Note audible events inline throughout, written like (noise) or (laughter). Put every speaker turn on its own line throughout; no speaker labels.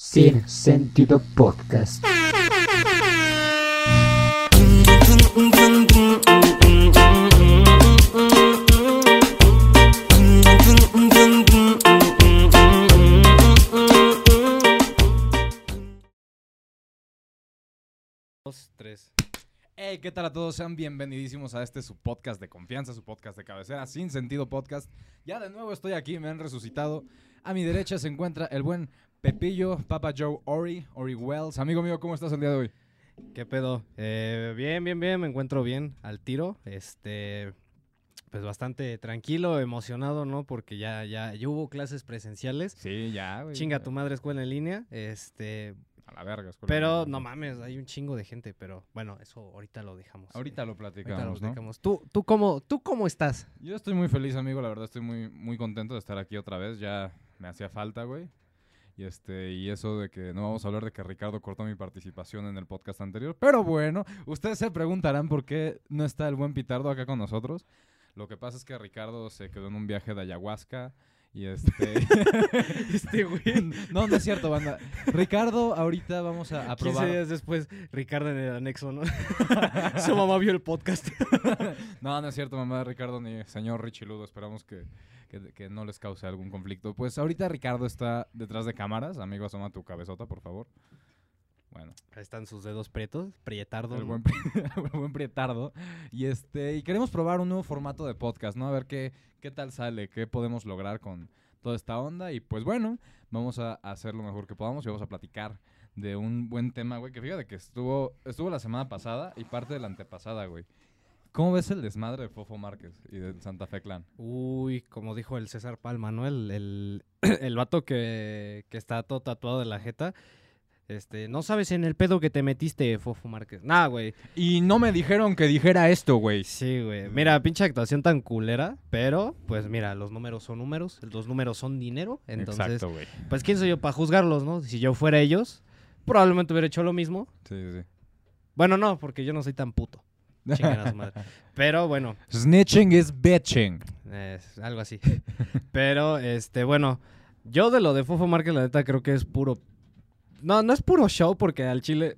Sin Sentido Podcast.
Dos, tres. Hey, ¿qué tal a todos? Sean bienvenidísimos a este su podcast de confianza, su podcast de cabecera, Sin Sentido Podcast. Ya de nuevo estoy aquí, me han resucitado. A mi derecha se encuentra el buen Pepillo, Papa Joe Ori, Ori Wells. Amigo mío, ¿cómo estás el día de hoy?
¿Qué pedo? Eh, bien, bien, bien, me encuentro bien al tiro. Este, pues bastante tranquilo, emocionado, ¿no? Porque ya, ya, ya hubo clases presenciales.
Sí, ya, güey.
Chinga tu madre escuela en línea. Este,
A la verga, escuela.
pero no mames, hay un chingo de gente, pero bueno, eso ahorita lo dejamos.
Ahorita
eh,
lo platicamos,
ahorita lo
¿no?
platicamos. ¿Tú, tú, cómo, ¿Tú
(laughs)
cómo estás?
Yo estoy muy feliz, amigo, la verdad estoy muy, muy contento de estar aquí otra vez, ya me hacía falta, güey. Y, este, y eso de que no vamos a hablar de que Ricardo cortó mi participación en el podcast anterior. Pero bueno, ustedes se preguntarán por qué no está el buen Pitardo acá con nosotros. Lo que pasa es que Ricardo se quedó en un viaje de ayahuasca y este... (laughs)
Este (laughs) güey.
no, no es cierto, banda. Ricardo, ahorita vamos a, a
15
probar...
días después, Ricardo en el
(laughs)
anexo, ¿no? (laughs) Su mamá vio el podcast. (laughs)
No, no es cierto, mamá de Ricardo ni señor Richiludo. Esperamos que, que- que no les cause algún conflicto. Pues ahorita Ricardo está detrás de cámaras. Amigo, asoma tu cabezota, por favor. Bueno,
Ahí están sus dedos prietos, prietardo.
el
¿no?
buen, pri- (laughs) el buen Prietardo. Y, este, y queremos probar un nuevo formato de podcast, ¿no? A ver qué, qué tal sale, qué podemos lograr con toda esta onda. Y pues bueno, vamos a hacer lo mejor que podamos y vamos a platicar de un buen tema, güey. Que fíjate que estuvo, estuvo la semana pasada y parte de la antepasada, güey. ¿Cómo ves el desmadre de Fofo Márquez y del Santa Fe Clan?
Uy, como dijo el César Palma, ¿no? El, el, (clears throat) el vato que, que está todo tatuado de la jeta. Este, no sabes en el pedo que te metiste, Fofo Márquez. Nah, güey.
Y no me dijeron que dijera esto, güey.
Sí, güey. Mira, pinche actuación tan culera, pero pues mira, los números son números, los números son dinero, entonces,
Exacto, güey.
pues quién soy yo para juzgarlos, ¿no? Si yo fuera ellos, probablemente hubiera hecho lo mismo.
Sí, sí, sí.
Bueno, no, porque yo no soy tan puto. Chingan a su madre. Pero bueno,
Snitching is bitching.
Es algo
(laughs)
así. Pero, este, bueno, yo de lo de Fofo Márquez, la neta, creo que es puro. No, no es puro show, porque al Chile.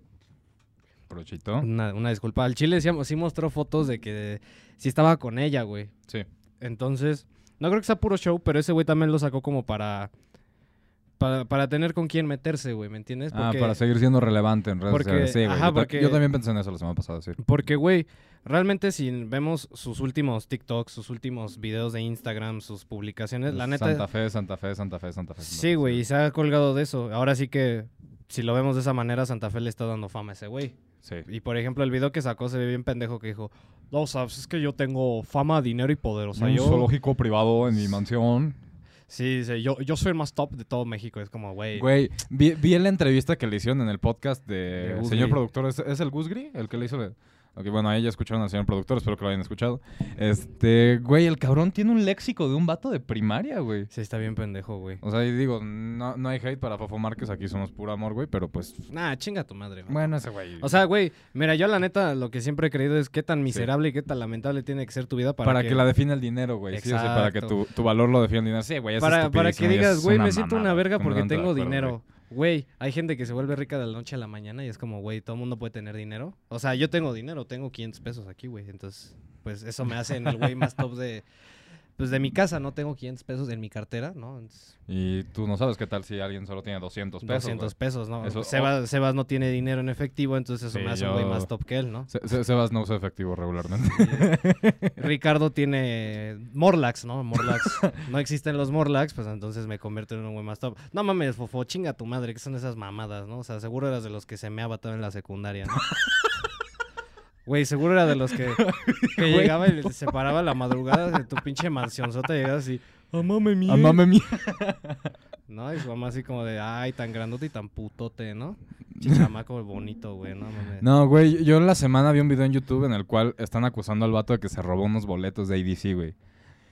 Prochito.
Una, una disculpa. Al Chile sí, sí mostró fotos de que sí estaba con ella, güey.
Sí.
Entonces, no creo que sea puro show, pero ese güey también lo sacó como para. Para, para tener con quién meterse, güey, ¿me entiendes?
Ah, para seguir siendo relevante en redes
porque-
sociales. Sí, güey.
ajá,
yo, ta-
porque-
yo también pensé en eso la semana pasada, sí.
Porque, güey, realmente si vemos sus últimos TikToks, sus últimos videos de Instagram, sus publicaciones, la neta.
Pues, Santa Fe, Santa Fe, Santa Fe, Santa Fe. Santa
Sí,
Fe,
güey, y se ha colgado de eso. Ahora sí que, si lo vemos de esa manera, Santa Fe le está dando fama a ese güey.
Sí.
Y por ejemplo, el video que sacó se ve bien pendejo que dijo: No, sabes, es que yo tengo fama, dinero y poder. O sea,
un
yo.
zoológico privado en mi mansión.
Sí, dice, yo, yo soy el más top de todo México. Es como, güey.
Güey, vi, vi en la entrevista que le hicieron en el podcast
De
de,
Guzgri.
señor productor. ¿Es, es el Gusgri el que le hizo? la- Ok, bueno, ahí ya escucharon al señor productor, espero que lo hayan escuchado. Este, güey, el cabrón tiene un léxico de un vato de primaria, güey.
Sí, está bien pendejo, güey.
O sea, y digo, no, no hay hate para Fofo Márquez, aquí somos puro amor, güey, pero pues.
Nah, chinga tu madre, güey.
Bueno, ese güey.
O sea, güey, mira, yo la neta lo que siempre he creído es qué tan miserable y qué tan lamentable tiene que ser tu vida para,
para, que... la defina el dinero, güey. Sí, o sea, para que
Exacto.
tu, tu valor lo defina el dinero. Sí, güey, es
para, para
estupidez,
que
¿no? Y es
digas, güey, me siento
mamada,
una verga porque
completamente de
tengo
acuerdo,
dinero. Güey, hay gente que se vuelve rica de la noche a la mañana y es como, güey, todo el mundo puede tener dinero. O sea, yo tengo dinero, tengo 500 pesos aquí, güey. Entonces, pues eso me hace en el güey más top de... Pues de mi casa, no tengo 500 pesos en mi cartera, ¿no? Entonces,
Y tú no sabes qué tal si alguien solo tiene 200 pesos.
200
güey.
pesos, ¿no?
Eso- oh.
Sebas, Sebas no tiene dinero en efectivo, entonces eso
Sí,
me hace un güey
yo-
más top que él, ¿no?
Se- se- Sebas no usa efectivo
(laughs)
regularmente.
Ricardo tiene Morlax, ¿no? Morlax. No existen los Morlax, pues entonces me convierto en un güey más top. No mames, fofo, chinga tu madre, que son esas mamadas, ¿no? O sea, seguro eras de los que se me todo en la secundaria, ¿no? Güey, seguro era de los que, que llegaba y se paraba a la madrugada de tu pinche mansionzota y llegabas así, amame mía.
Amame Ah, mía.
No, y su mamá así como de, ay, tan grandote y tan putote, ¿no? Chichamaco bonito, güey, no mames.
No, güey, yo en la semana vi un video en YouTube en el cual están acusando al vato de que se robó unos boletos de ADC, güey.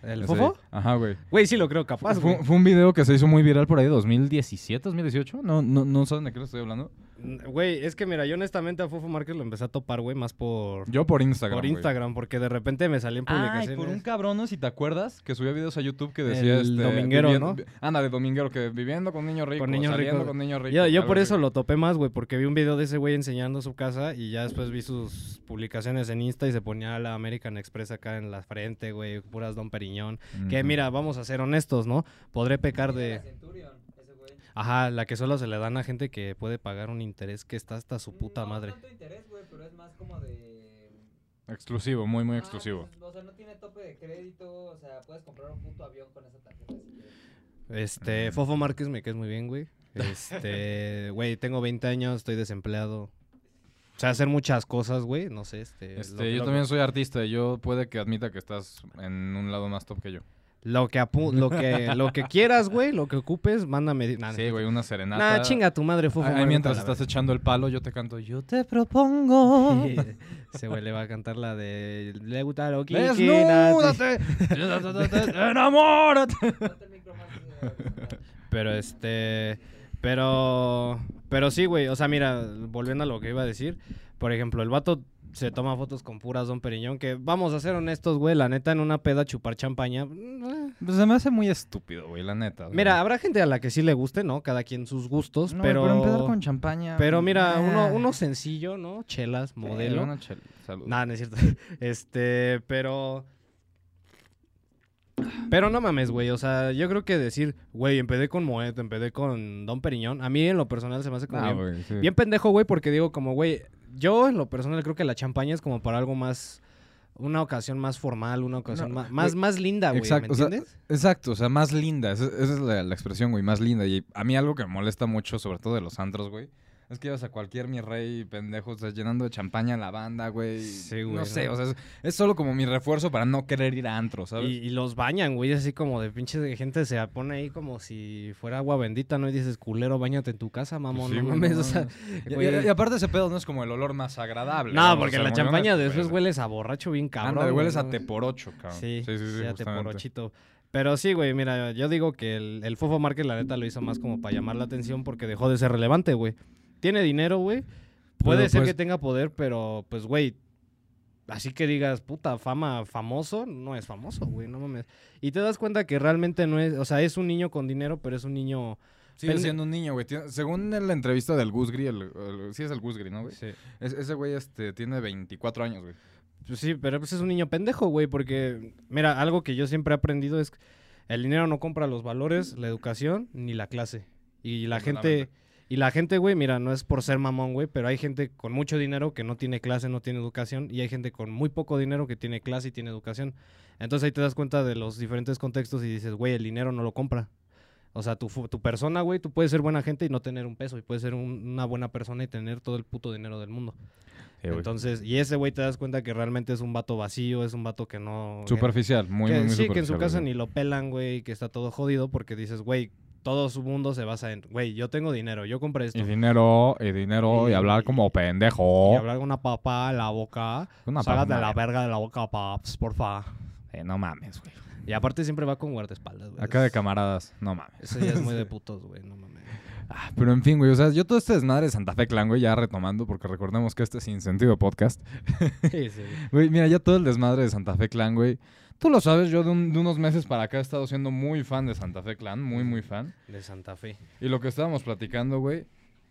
¿El
Ese-
fofo?
Ajá, güey.
Güey, sí lo creo capaz,
Fue,
güey.
fue un video que se hizo muy viral por ahí, 2017, 2018. No, no, no saben de qué le estoy hablando.
Güey, es que mira, yo honestamente a Fofo Márquez lo empecé a topar, güey, más por,
Yo por Instagram.
por
güey.
Instagram, porque de repente me salían
Ay,
publicaciones.
por un cabrón, ¿no? si te acuerdas, que subía videos a YouTube que decía
El
este,
dominguero,
vivien-
¿no?
vi- Ándale, dominguero, que viviendo con niño rico,
Con niño
saliendo
rico.
con niño rico.
Yo, yo
algo
por
así.
eso lo topé más, güey, porque vi un video de ese güey enseñando su casa y ya después vi sus publicaciones en Insta y se ponía la American Express acá en la frente, güey, puras Don Periñón. Que
Ujú.
mira, vamos a ser honestos, ¿no? Podré pecar de... Ajá, la que solo se le dan a gente que puede pagar un interés que está hasta su puta
No
madre.
tanto interés, güey, pero es más como de...
Exclusivo, muy, muy
Ah,
exclusivo.
pues, o sea, no tiene tope de crédito, o sea, puedes comprar un puto avión con esa tarjeta. si quieres.
Este, Fofo Márquez me caes muy bien,
(laughs)
güey. Este, güey, tengo 20 años, estoy desempleado. O sea, hacer muchas cosas, güey, no sé, este...
Este,
lo-
yo
lo-
también soy artista, yo puede que admita que estás en un lado más top que yo.
Lo que, apu- lo que,
(laughs)
lo que quieras, güey, lo que ocupes, mándame. Nah,
sí, güey, una serenata.
Ah, Nah, chinga tu madre, fofo.
Ahí- Ahí
mándame
mientras
a la
estás
(laughs)
echando el palo, yo te canto, yo te propongo.
verga. Ese güey le va a cantar la de. Le gusta lo que
¡Desnúdate!
(laughs)
¡Enamórate!
Ponte el micro más, eh, horizontal.
Pero este. Pero. Pero sí, güey. O sea, mira, volviendo a lo que iba a decir. Por ejemplo, el vato se toma fotos con puras Don Periñón. Que vamos a ser honestos, güey. La neta, en una peda chupar champaña. eh.
Pues se me hace muy estúpido, güey, la neta. güey.
Mira, habrá gente a la que sí le guste, ¿no? Cada quien sus gustos.
No, güey,
pero.
empezar con champaña.
Pero mira, uno,
eh,
uno sencillo, ¿no? Chelas,
sí,
modelo.
una chela, salud.
Nada, no es cierto. (laughs) Este, pero. Pero no mames, güey. O sea, yo creo que decir, güey, empecé con Moet, empecé con Don Periñón. A mí en lo personal se me hace como
Ah,
bien,
güey, sí.
bien pendejo, güey, porque digo, como, güey, yo en lo personal creo que la champaña es como para algo más. Una ocasión más formal, una ocasión
No,
ma- más,
güey,
más linda, güey. ¿Me
exacto, o sea,
entiendes?
Exacto, o sea, más linda. Esa, esa es la, la expresión, güey, más linda. Y a mí algo que me molesta mucho, sobre todo de los antros, güey, es que ibas a cualquier mi rey pendejo, estás llenando de champaña la banda, güey.
Sí, güey,
No
no.
sé, o sea, es, es solo como mi refuerzo para no querer ir a antro, ¿sabes?
Y, y los bañan, güey, así como de pinche de gente se pone ahí como si fuera agua bendita, ¿no? Y dices, culero, bañate en tu casa,
Pues
mamón.
sí,
no
güey,
mames,
no
o sea,
mames. Y-
güey.
Y, y aparte ese pedo no es como el olor más agradable.
No,
vamos a
porque
ser
la
muy
champaña
honestos,
de esos
güey.
hueles a borracho bien cabrón.
Ándale,
güey,
hueles a
¿no?
te por ocho, cabrón.
Sí, sí, sí, a
justamente.
teporochito. Pero sí, güey, mira, yo digo que el, el Fofo Márquez la neta lo hizo más como para llamar la atención porque dejó de ser relevante, güey. Tiene dinero, güey. Puede
Pero,
ser
pues-
que tenga poder, pero pues, güey, así que digas, puta, fama, famoso, no es famoso, güey, no mames. Y te das cuenta que realmente no es, o sea, es un niño con dinero, pero es un niño...
Sigue
Pende-
siendo un niño, güey. Tiene- Según en la entrevista del Gusgri, el, el- sí es el Gusgri, ¿no, güey? Es- ese güey este, tiene 24 años, güey.
Pues sí, pero pues es un niño pendejo, güey, porque mira, algo que yo siempre he aprendido es que el dinero no compra los valores, la educación ni la clase. Y la gente
Completamente.
y la gente, güey, mira, no es por ser mamón, güey, pero hay gente con mucho dinero que no tiene clase, no tiene educación y hay gente con muy poco dinero que tiene clase y tiene educación. Entonces ahí te das cuenta de los diferentes contextos y dices, güey, el dinero no lo compra. O sea, tu, fu- tu persona, güey, tú puedes ser buena gente y no tener un peso. Y puedes ser un- una buena persona y tener todo el puto dinero del mundo.
Eh,
Entonces, y ese güey te das cuenta que realmente es un vato vacío, es un vato que no... que-
Superficial, muy,
que-
muy, muy
Sí, que en su
superficial,
casa
güey.
ni lo pelan, güey, que está todo jodido porque dices, güey, todo su mundo se basa en, güey, yo tengo dinero, yo compré esto.
Y dinero, y dinero, y,
Y-
hablar como pendejo.
Y hablar con una papá en la boca,
Una
sácate
mamada.
la verga de la boca, paps, porfa.
Eh, no mames, güey.
Y aparte siempre va con guardaespaldas, güey.
Acá de
Pues, Es-
camaradas, no mames.
Eso ya es muy
(laughs)
de putos, güey, no mames.
Ah, Pero en fin, güey, o sea, yo todo este desmadre de Santa Fe Clan, güey, ya retomando, porque recordemos que este es Sin Sentido Podcast.
Sí, sí.
Güey, mira, ya todo el desmadre de Santa Fe Clan, güey. Tú lo sabes, yo de, un- de unos meses para acá he estado siendo muy fan de Santa Fe Clan, muy, muy fan.
De Santa Fe.
Y lo que estábamos platicando, güey.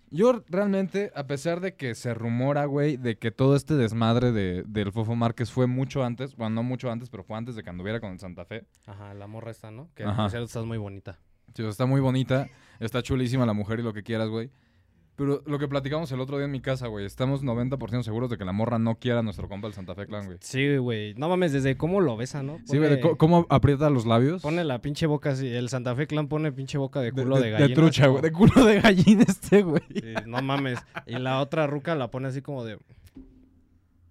Yo realmente, a pesar de que se rumora, güey, de que todo este desmadre de, del Fofo Márquez fue mucho antes, bueno, no mucho antes, pero fue antes de que anduviera con el Santa Fe.
Ajá, la morra está, ¿no? Que
Ajá.
por cierto estás muy bonita.
Sí, o sea, está muy bonita, está chulísima la mujer y lo que quieras, güey. Pero lo que platicamos el otro día en mi casa, güey, estamos 90% seguros de que la morra no quiera a nuestro compa el Santa Fe Clan, güey.
Sí, güey. No mames, desde cómo lo besa, ¿no?
Sí, güey, de
Pone-
co- cómo aprieta los labios.
Pone la pinche boca así. El Santa Fe Clan pone pinche boca de culo de, gallina.
De trucha,
así
güey. De
como-
culo de gallina este, güey.
Sí, no mames. Y la otra ruca la pone así como de.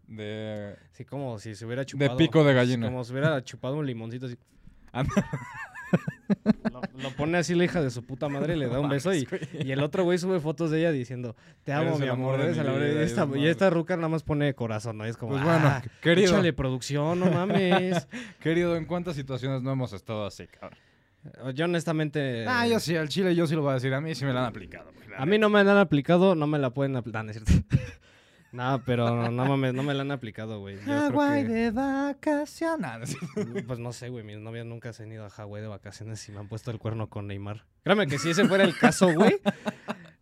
De...
Así como si se hubiera chupado.
pico de gallina.
Como si hubiera chupado un limoncito así.
Anda.
Lo, lo pone así la hija de su puta madre, le
(laughs)
da un beso y, y el otro güey sube fotos de ella diciendo, te amo
Eres
mi
el
amor, eres el amor de mi vida", y, esta,
eres
y esta ruca nada más pone corazón, ¿no? Y es como,
Pues bueno,
"Ah,
querido.
échale producción, no mames.
(laughs) Querido, ¿en cuántas situaciones no hemos estado así, cabrón?
Yo honestamente...
Ah, yo sí, al chile yo sí lo voy a decir. A mí sí me la han aplicado. güey, la
A mí no me la han aplicado, no me la pueden aplicar. No, es cierto. (laughs) No, pero no mames, no me la han aplicado, güey. Yo creo
neta. Hawái
que-
de vacaciones.
(laughs) Pues no sé, güey. Mis novias nunca se han ido a Hawái de vacaciones y me han puesto el cuerno con Neymar. Créeme que si ese fuera el caso, güey,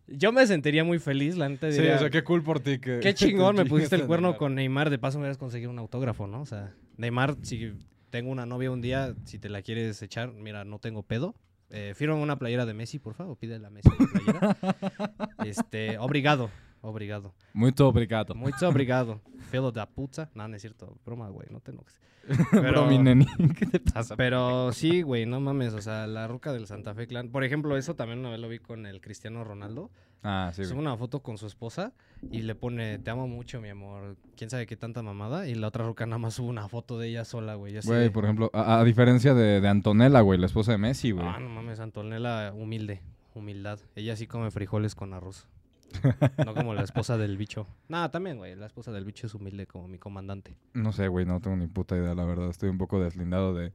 yo me sentiría muy feliz, la neta.
Sí,
Diría,
o sea, qué cool por ti. Que, (laughs)
qué chingón, me pusiste el
chingaste,
cuerno
Neymar.
con Neymar. De paso me hubieras conseguido un autógrafo, ¿no? O sea, Neymar, si tengo una novia un día, si te la quieres echar, mira, no tengo pedo. Eh, firma una playera de Messi, por favor, pídele a Messi una playera.
(laughs)
Este, obrigado, obrigado.
Muy tobricato.
Muy obrigado. Felo da puta. No, no es cierto. Broma, güey. No
(laughs)
te enojes.
(laughs) Pero mi neni, ¿qué te pasa?
Pero sí, güey. No mames. O sea, la ruca del Santa Fe Clan. Por ejemplo, eso también una vez lo vi con el Cristiano Ronaldo.
Ah, sí,
Sube
güey.
una foto con su esposa y le pone, te amo mucho, mi amor. Quién sabe qué tanta mamada. Y la otra ruca nada más sube una foto de ella sola, güey. Yo así
Güey,
de,
por ejemplo, a, a diferencia de, de Antonella, güey, la esposa de Messi, güey.
Ah, no mames. Antonella, humilde. Humildad. Ella sí come frijoles
(laughs)
con arroz. No como la esposa del bicho. Nada, también, güey. La esposa del bicho es humilde como mi comandante.
No sé, güey, no tengo ni puta idea, la verdad. Estoy un poco deslindado de.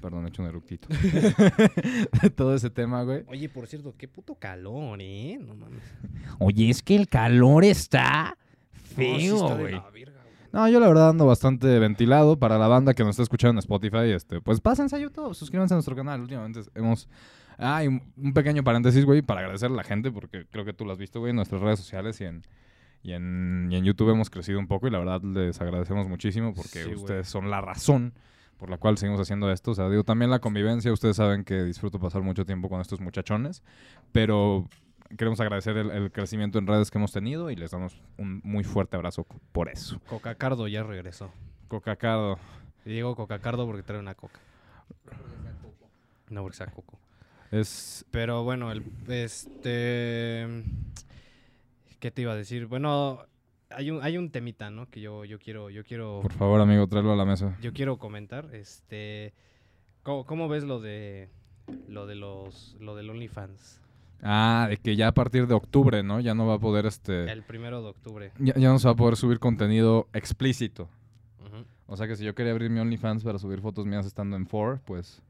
Perdón, he hecho un eructito. (laughs) de todo ese tema, güey.
Oye, por cierto, qué puto calor, ¿eh? No mames.
Oye, es que el calor está
No, yo la verdad ando bastante ventilado. Para la banda que nos está escuchando en Spotify, este, pues pásense a YouTube, suscríbanse a nuestro canal. Últimamente hemos... Ah, y un un pequeño paréntesis, güey, para agradecer a la gente, porque creo que tú lo has visto, güey, en nuestras redes sociales y en, y en, y en YouTube hemos crecido un poco y la verdad les agradecemos muchísimo porque
Sí, güey.
ustedes son la razón por la cual seguimos haciendo esto. O sea, digo, también la convivencia, ustedes saben que disfruto pasar mucho tiempo con estos muchachones, pero queremos agradecer el, el crecimiento en redes que hemos tenido y les damos un muy fuerte abrazo por eso.
Cocacardo ya regresó.
Cocacardo.
Y digo Cocacardo porque trae una coca.
porque sea coco.
No porque sea coco.
Es.
Pero bueno, el, este... ¿Qué te iba a decir? Bueno, hay un, hay un temita, ¿no? Que yo, yo quiero, yo quiero,
Por favor, amigo, tráelo a la mesa.
yo quiero comentar. Este, ¿cómo, cómo ves lo de, lo de los, lo del OnlyFans?
Ah, de que ya a partir de octubre, ¿no? Ya no va a poder este.
El primero de octubre.
Ya, ya no se va a poder subir contenido explícito.
Ujú.
O sea que si yo quería abrir mi OnlyFans para subir fotos mías estando en 4, pues.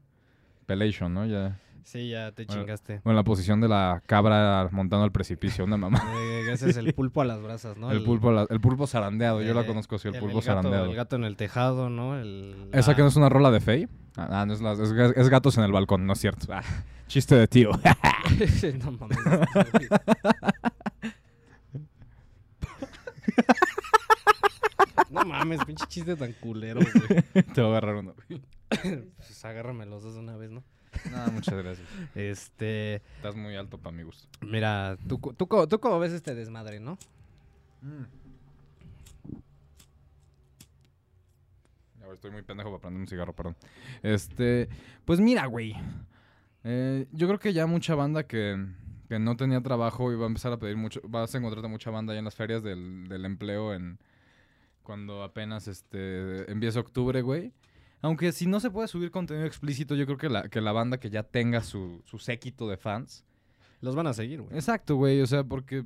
Pelation, ¿no? Ya.
Sí, ya te
Bueno,
chingaste.
Bueno, la posición de la cabra montando al precipicio, una mamá.
(laughs) Eh, gracias el pulpo a las brasas, ¿no?
(laughs) El pulpo, la- el pulpo zarandeado, yo la
Eh,
conozco así, el, pulpo
gato,
zarandeado.
El gato en el tejado, ¿no? El-
¿Esa
la-
que no es una rola de Fey? Ah, no, es, la- es ga- es gatos en el balcón, no es cierto. (laughs) Ah, chiste de tío.
(laughs)
(laughs)
no mames. estúpido. no mames, pinche chiste tan culero, güey.
Te voy a agarrar uno.
Pues agárrame los dos de una vez, ¿no? Ah,
Nada, muchas gracias.
Este,
Estás muy alto para mi gusto.
mira, tú, co- tú, co- tú como ves este desmadre, ¿no?
Ya, güey, Estoy muy pendejo para prender un cigarro, perdón. Este, pues mira, güey. Eh, yo creo que ya mucha banda que, que no tenía trabajo y va a empezar a pedir mucho, vas a encontrarte mucha banda ya en las ferias del, del empleo en cuando apenas este empieza octubre, güey. Aunque si no se puede subir contenido explícito, yo creo que la, que la banda que ya tenga su, su séquito de fans,
Los van a seguir, güey.
Exacto, güey. O sea, porque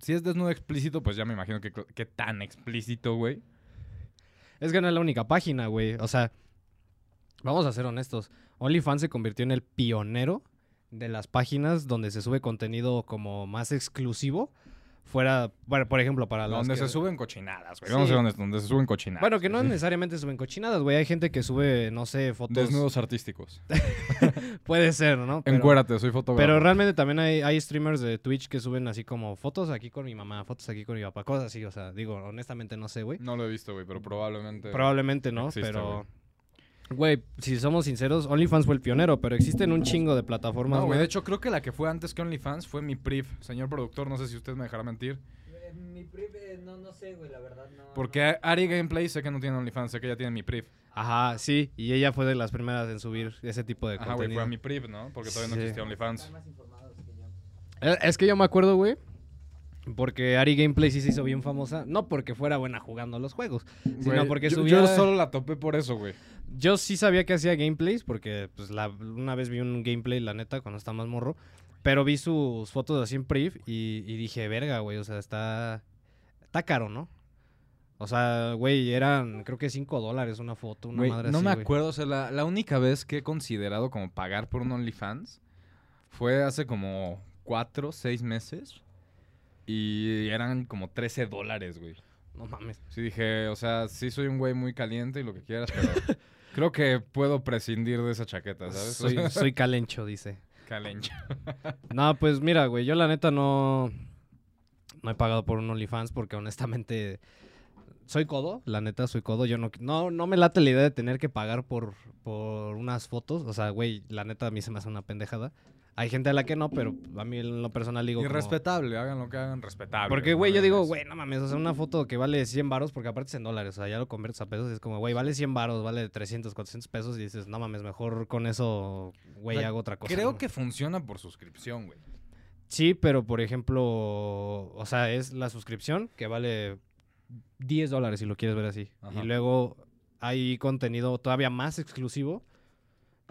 si es desnudo explícito, pues ya me imagino que, que tan explícito, güey.
Es que no es la única página, güey. O sea, vamos a ser honestos. OnlyFans se convirtió en el pionero de las páginas donde se sube contenido como más exclusivo. Fuera, bueno, por ejemplo, para las
Donde
que-
se suben cochinadas, güey.
Sí.
Vamos a ser honestos, donde se suben cochinadas.
Bueno, que no
Sí.
necesariamente suben cochinadas, güey. Hay gente que sube, no sé, fotos.
Desnudos artísticos.
Puede ser, ¿no? Pero-
Encuérate, soy
Pero
fotógrafo.
realmente también hay, hay streamers de Twitch que suben así como fotos aquí con mi mamá, fotos aquí con mi papá, cosas así. O sea, digo, honestamente no sé, güey.
No lo he visto, güey, pero probablemente.
Probablemente no,
exista,
pero. Güey, si somos sinceros, OnlyFans fue el pionero, pero existen un chingo de plataformas,
no, güey.
güey.
De hecho, creo que la que fue antes que OnlyFans fue mi Priv. Señor productor, no sé si usted me dejará mentir.
Eh, Mi priv, eh, no, no sé, güey, la verdad no.
Porque Ari Gameplay sé que no tiene OnlyFans, sé que ya tiene mi Priv.
Ajá, sí, y ella fue de las primeras en subir ese tipo de
Ajá, güey,
contenido.
fue a mi Priv, ¿no? Porque todavía no
Sí.
existía
no.
OnlyFans.
Están más informados que yo.
Eh, Es que yo me acuerdo, güey. Porque Ari Gameplay sí se hizo bien famosa. No porque fuera buena jugando los juegos. Sino
Güey,
porque
yo-
subía.
Yo solo la topé por eso, güey.
Yo sí sabía que hacía gameplays, porque pues, la, una vez vi un gameplay, la neta, cuando estaba más morro. Pero vi sus fotos así en Priv y, y dije, verga, güey, o sea, está, está caro, ¿no? O sea, güey, eran creo que 5 dólares una foto, una
Güey,
madre
no
así,
me
güey.
acuerdo, o sea, la, la única vez que he considerado como pagar por un OnlyFans fue hace como cuatro, seis meses. Y eran como 13 dólares, güey.
No mames.
Sí dije, o sea, sí soy un güey muy caliente y lo que quieras,
(laughs)
pero creo que puedo prescindir de esa chaqueta, ¿sabes? (laughs)
Soy, (laughs) soy calencho, dice.
calencho.
No, pues mira, güey, yo la neta no, no he pagado por un OnlyFans porque honestamente soy codo, la neta soy codo. Yo no, no, no me late la idea de tener que pagar por, por unas fotos. O sea, güey, la neta a mí se me hace una pendejada. Hay gente a la que no, pero a mí en lo personal digo como-
Irrespetable, hagan lo que hagan, respetable.
Porque,
no
güey, yo digo,
mames.
güey, no mames, o sea, una foto que vale 100 varos, porque aparte es en dólares, o sea, ya lo conviertes a pesos, es como, güey, vale 100 varos, vale 300, 400 pesos, y dices, no mames, mejor con eso, güey,
O sea,
hago otra cosa.
Creo
¿no?
que funciona por suscripción, güey.
Sí, pero por ejemplo, o sea, es la suscripción que vale 10 dólares si lo quieres ver así.
Ajá.
Y luego hay contenido todavía más exclusivo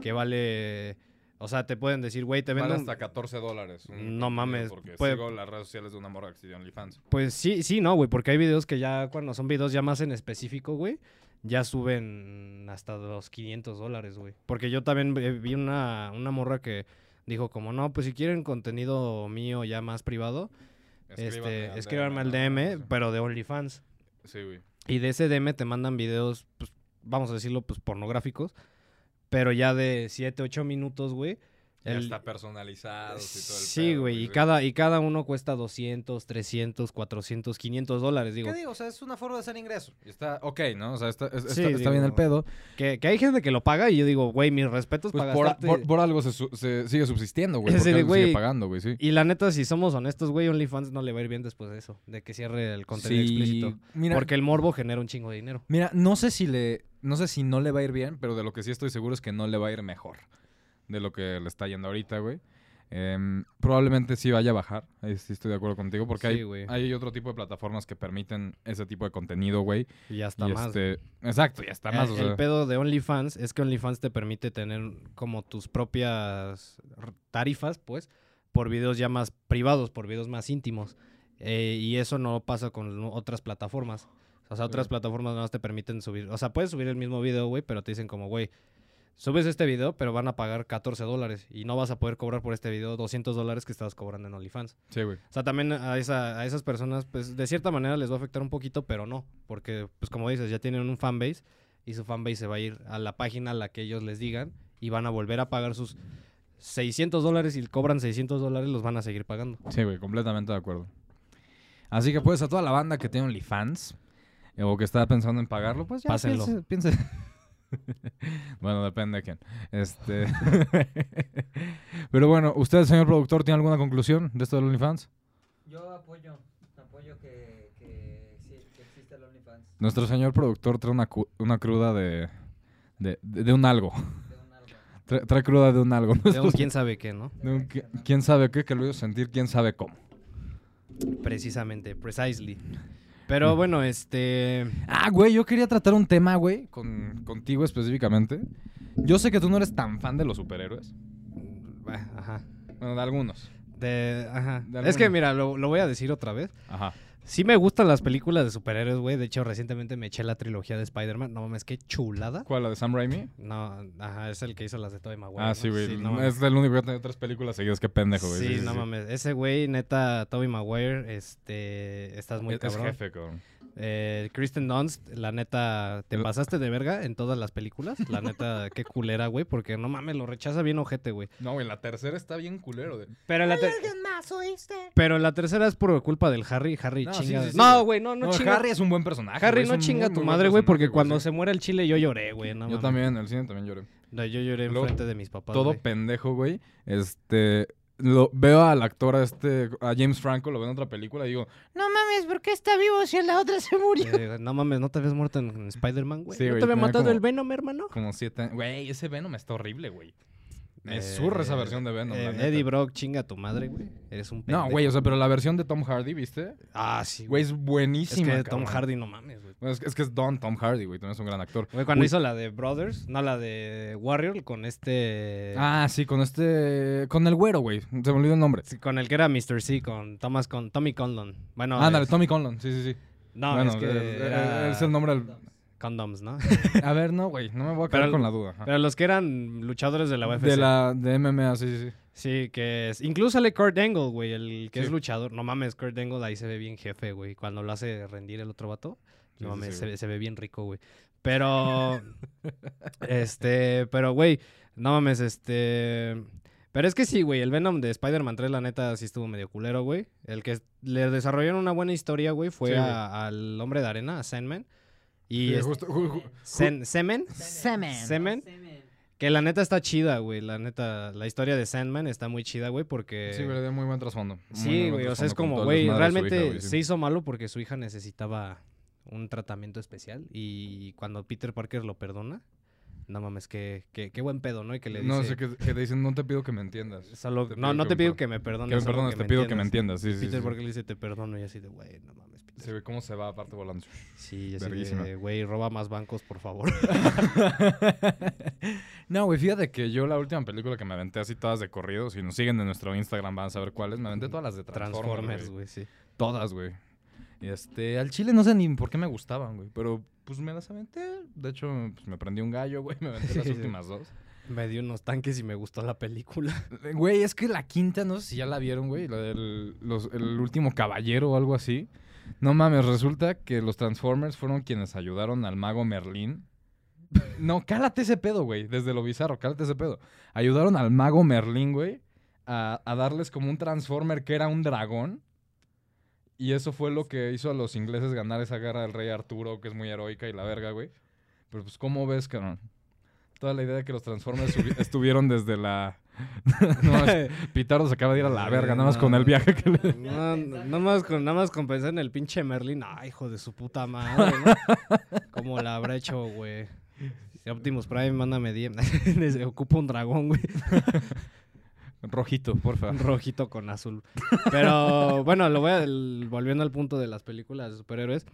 que vale, o sea, te pueden decir, güey, te
Vale
venden...
hasta 14 dólares. un
No
contenido,
mames,
Porque
puede-
sigo las redes sociales de una morra que se dio OnlyFans.
Pues sí, sí, no, güey, porque hay videos que ya, cuando son videos ya más en específico, güey, ya suben hasta los 500 dólares, güey. Porque yo también eh, vi una, una morra que dijo como, no, pues si quieren contenido mío ya más privado, este, escríbanme al DM, pero de OnlyFans.
Sí, güey.
Y de ese DM te mandan videos, pues, vamos a decirlo, pues pornográficos, pero ya de 7, 8 minutos, güey.
Ya
El-
está personalizado.
Sí, güey, y cada, y cada uno cuesta 200, 300, 400, 500 dólares, digo.
¿Qué digo? O sea, es una forma de hacer ingreso. Está, ok, ¿no? O sea, está, es-
Sí,
está- está bien
digo,
el
Pues
pedo.
Que, que hay gente que lo paga y yo digo, güey, mis respetos
Pues
para
por,
gastarte".
por- por algo se, su- se sigue subsistiendo,
(laughs)
güey.
Es
Porque
de,
algo se sigue
güey,
pagando, güey, sí.
Y la neta, si somos honestos, güey, OnlyFans no le va a ir bien después de eso, de que cierre el contenido
Sí,
explícito.
Mira,
Porque el morbo genera un chingo de dinero.
mira, no sé si le... No sé si no le va a ir bien, pero de lo que sí estoy seguro es que no le va a ir mejor de lo que le está yendo ahorita, güey. Em, probablemente sí vaya a bajar, ahí sí estoy de acuerdo contigo, porque
Sí,
hay-
güey.
hay, otro tipo de plataformas que permiten ese tipo de contenido, güey.
Y ya está
Y
más.
este- Exacto, ya está
Eh,
más. o
el,
sea,
pedo de OnlyFans es que OnlyFans te permite tener como tus propias r- tarifas, pues, por videos ya más privados, por videos más íntimos. Eh, y eso no pasa con lo- otras plataformas. O sea, otras
Claro.
plataformas nada más te permiten subir. O sea, puedes subir el mismo video, güey, pero te dicen como, güey, subes este video, pero van a pagar 14 dólares. Y no vas a poder cobrar por este video 200 dólares que estabas cobrando en OnlyFans.
Sí, güey.
O sea, también a, esa- a esas personas, pues de cierta manera les va a afectar un poquito, pero no. Porque, pues como dices, ya tienen un fanbase y su fanbase se va a ir a la página a la que ellos les digan y van a volver a pagar sus 600 dólares y cobran 600 dólares, los van a seguir pagando.
Sí, güey, completamente de acuerdo. Así que pues a toda la banda que tiene OnlyFans eh, o que está pensando en pagarlo, pues ya
Pásenlo.
piense- piense. (laughs) bueno, depende de quién. Este (laughs) Pero bueno, usted, señor productor, ¿tiene alguna conclusión de esto del OnlyFans?
Yo apoyo, apoyo que, que, exi- que exista el OnlyFans.
Nuestro señor productor trae una, cu- una cruda de de, de- de un algo.
De un algo. de
Trae, trae cruda de un algo. ¿no? (laughs)
Luego, quién sabe qué, ¿no?
De un
ver,
qui-
carnal.
quién sabe qué que lo hizo sentir, quién sabe cómo.
Precisamente, precisely. Pero bueno, este...
Ah, güey, yo quería tratar un tema, güey, con, contigo específicamente. Yo sé que tú no eres tan fan de los superhéroes.
bah, Ajá.
Bueno, de algunos.
De- ajá.
De
es que
alguno.
mira, lo- lo voy a decir otra vez.
Ajá.
Sí me gustan las películas de superhéroes, güey. De hecho, recientemente me eché la trilogía de Spider-Man. No mames, qué chulada.
¿Cuál? ¿La de Sam Raimi?
No, ajá, es el que hizo las de Tobey Maguire.
ah,
¿no?
sí, güey.
no mames.
es el único que ha tenido tres películas seguidas. Qué pendejo, güey.
Sí,
sí,
no
sí.
mames. Ese güey, neta, Tobey Maguire, este, estás muy
Es- es
cabrón.
jefe, cabrón.
Eh, Kristen Dunst, la neta, te
El-
pasaste de verga en todas las películas. La
(laughs)
neta, qué culera, güey, porque no mames, lo rechaza bien ojete, güey.
No, güey, la tercera está bien culero. De...
Pero la, ter- Pero la tercera es por culpa del Harry. Harry
No, sí,
chinga.
sí, sí,
no,
güey.
güey, no, no,
No,
chinga.
Harry es un buen personaje.
Harry,
güey, es
no
un
chinga
muy
tu
buen
madre, güey,
personaje,
porque cuando
sí.
se muera el chile yo lloré, güey. No,
Yo
mames.
también, en el cine también lloré.
No, yo lloré
Luego,
enfrente de mis papás.
Todo
güey.
pendejo, güey. Este. Lo, veo al actor, a, este, a James Franco, lo veo en otra película y digo,
No mames, ¿por qué está vivo si en la otra se murió?
(laughs)
Eh, no mames, no te habías muerto en, en Spider-Man, güey.
Sí,
no
güey,
te había
tenía
matado
como-
el Venom, hermano.
como siete años. Güey, ese Venom está horrible, güey. Me
Eh,
zurra esa versión de Venom.
eh,
la neta.
Eddie Brock, chinga tu madre, güey. Eres un pendejo.
No, güey, o sea, pero la versión de Tom Hardy, ¿viste?
Ah, sí,
Güey,
güey.
es
Es
buenísima.
que Tom
cabrón.
Hardy, no mames, güey.
Bueno, es, que- es que es Don Tom Hardy, güey, también es un gran actor.
Güey, cuando
Uy.
hizo la de Brothers, no la de Warrior, con este.
Ah, sí, con este. Con el güero, güey. Se me olvidó el nombre.
sí, Con el que era Mr. C, con Thomas con Tommy Conlon. Bueno,
Ándale,
es-
Tommy Conlon, sí, sí, sí.
No,
Bueno,
es que
eh,
era-
eh, es el nombre del...
Condoms, ¿no?
A ver, no, güey, no me voy a quedar
Pero-
con la duda. ajá.
Pero los que eran luchadores de la UFC.
De la de MMA, sí, sí, sí.
Sí, que es... Incluso sale Kurt Angle, güey, el que es
Sí.
luchador. No mames, Kurt Angle ahí se ve bien jefe, güey. Cuando lo hace rendir el otro vato,
Sí,
no
sí,
mames,
sí,
se,
güey.
ve- se ve bien rico, güey. Pero, este, pero, güey, no mames, este... Pero es que sí, güey, el Venom de Spider-Man 3, la neta, sí estuvo medio culero, güey. El que le desarrollaron una buena historia, güey, fue
Sí, güey.
a- al Hombre de Arena, a Sandman. Y
Sí,
este-
justo- ju- ju-
Sen- Semen,
Semen.
Semen. que la neta está chida, güey. La neta, la historia de Sandman está muy chida, güey, porque...
Sí, güey, le dio muy buen trasfondo. muy, muy
eh, Sí,
buen
güey, o sea, es
trasfondo con
como,
todo el
güey,
desmadre de su hija,
realmente
güey, sí.
se hizo malo porque su hija necesitaba un tratamiento especial y cuando Peter Parker lo perdona, no mames, qué, qué, qué buen pedo, ¿no? Y que le dice,
No, sé que, que te dicen, no te pido que me entiendas.
solo-
te
no,
pido
no
que
te
me
pido
per-
que me perdones,
Que me
solo
perdones, te pido que me entiendas. Sí, sí,
Peter
sí.
Parker le dice, te perdono y así de, güey, no mames, Peter.
Sí, güey, cómo se va aparte
(laughs)
volando. (laughs)
Sí, así
Verguísima.
de, güey, roba más bancos, por
(laughs)
favor.
no, güey, fíjate que yo la última película que me aventé así todas de corrido, si nos siguen en nuestro Instagram van a saber cuáles, me aventé todas las de Transformers,
Mm, Transformers,
güey.
güey, sí.
Todas, güey. Este, al chile no sé ni por qué me gustaban, güey, pero pues me las aventé. De hecho, pues me prendí un gallo, güey, (laughs) me aventé las
Sí, sí.
últimas dos.
Me dio unos tanques y me gustó la
(laughs)
película.
Eh, Güey, es que la quinta, no sé si ya la vieron, güey, la del los- el último caballero o algo así. No mames, resulta que los Transformers fueron quienes ayudaron al mago Merlín. No, cálate ese pedo, güey, desde lo bizarro, cálate ese pedo. Ayudaron al mago Merlín, güey, a, a darles como un Transformer que era un dragón. Y eso fue lo que hizo a los ingleses ganar esa guerra del rey Arturo, que es muy heroica y la verga, güey. Pero pues, ¿cómo ves, cabrón? Toda la idea de que los Transformers subi- (laughs) estuvieron desde la... (laughs) no, mames, Pitardo se acaba de ir a la verga, nada más con el viaje que le...
No, no- nada más, con, nada más con pensar en el pinche Merlin. Ay, hijo de su puta madre,
(laughs)
¿no? ¿Cómo la habrá hecho, güey? Si Optimus Prime, mándame 10. (laughs) Les ocupo un dragón, güey.
Rojito, por favor.
Rojito con azul. Pero bueno, lo voy a- el- volviendo al punto de las películas de superhéroes.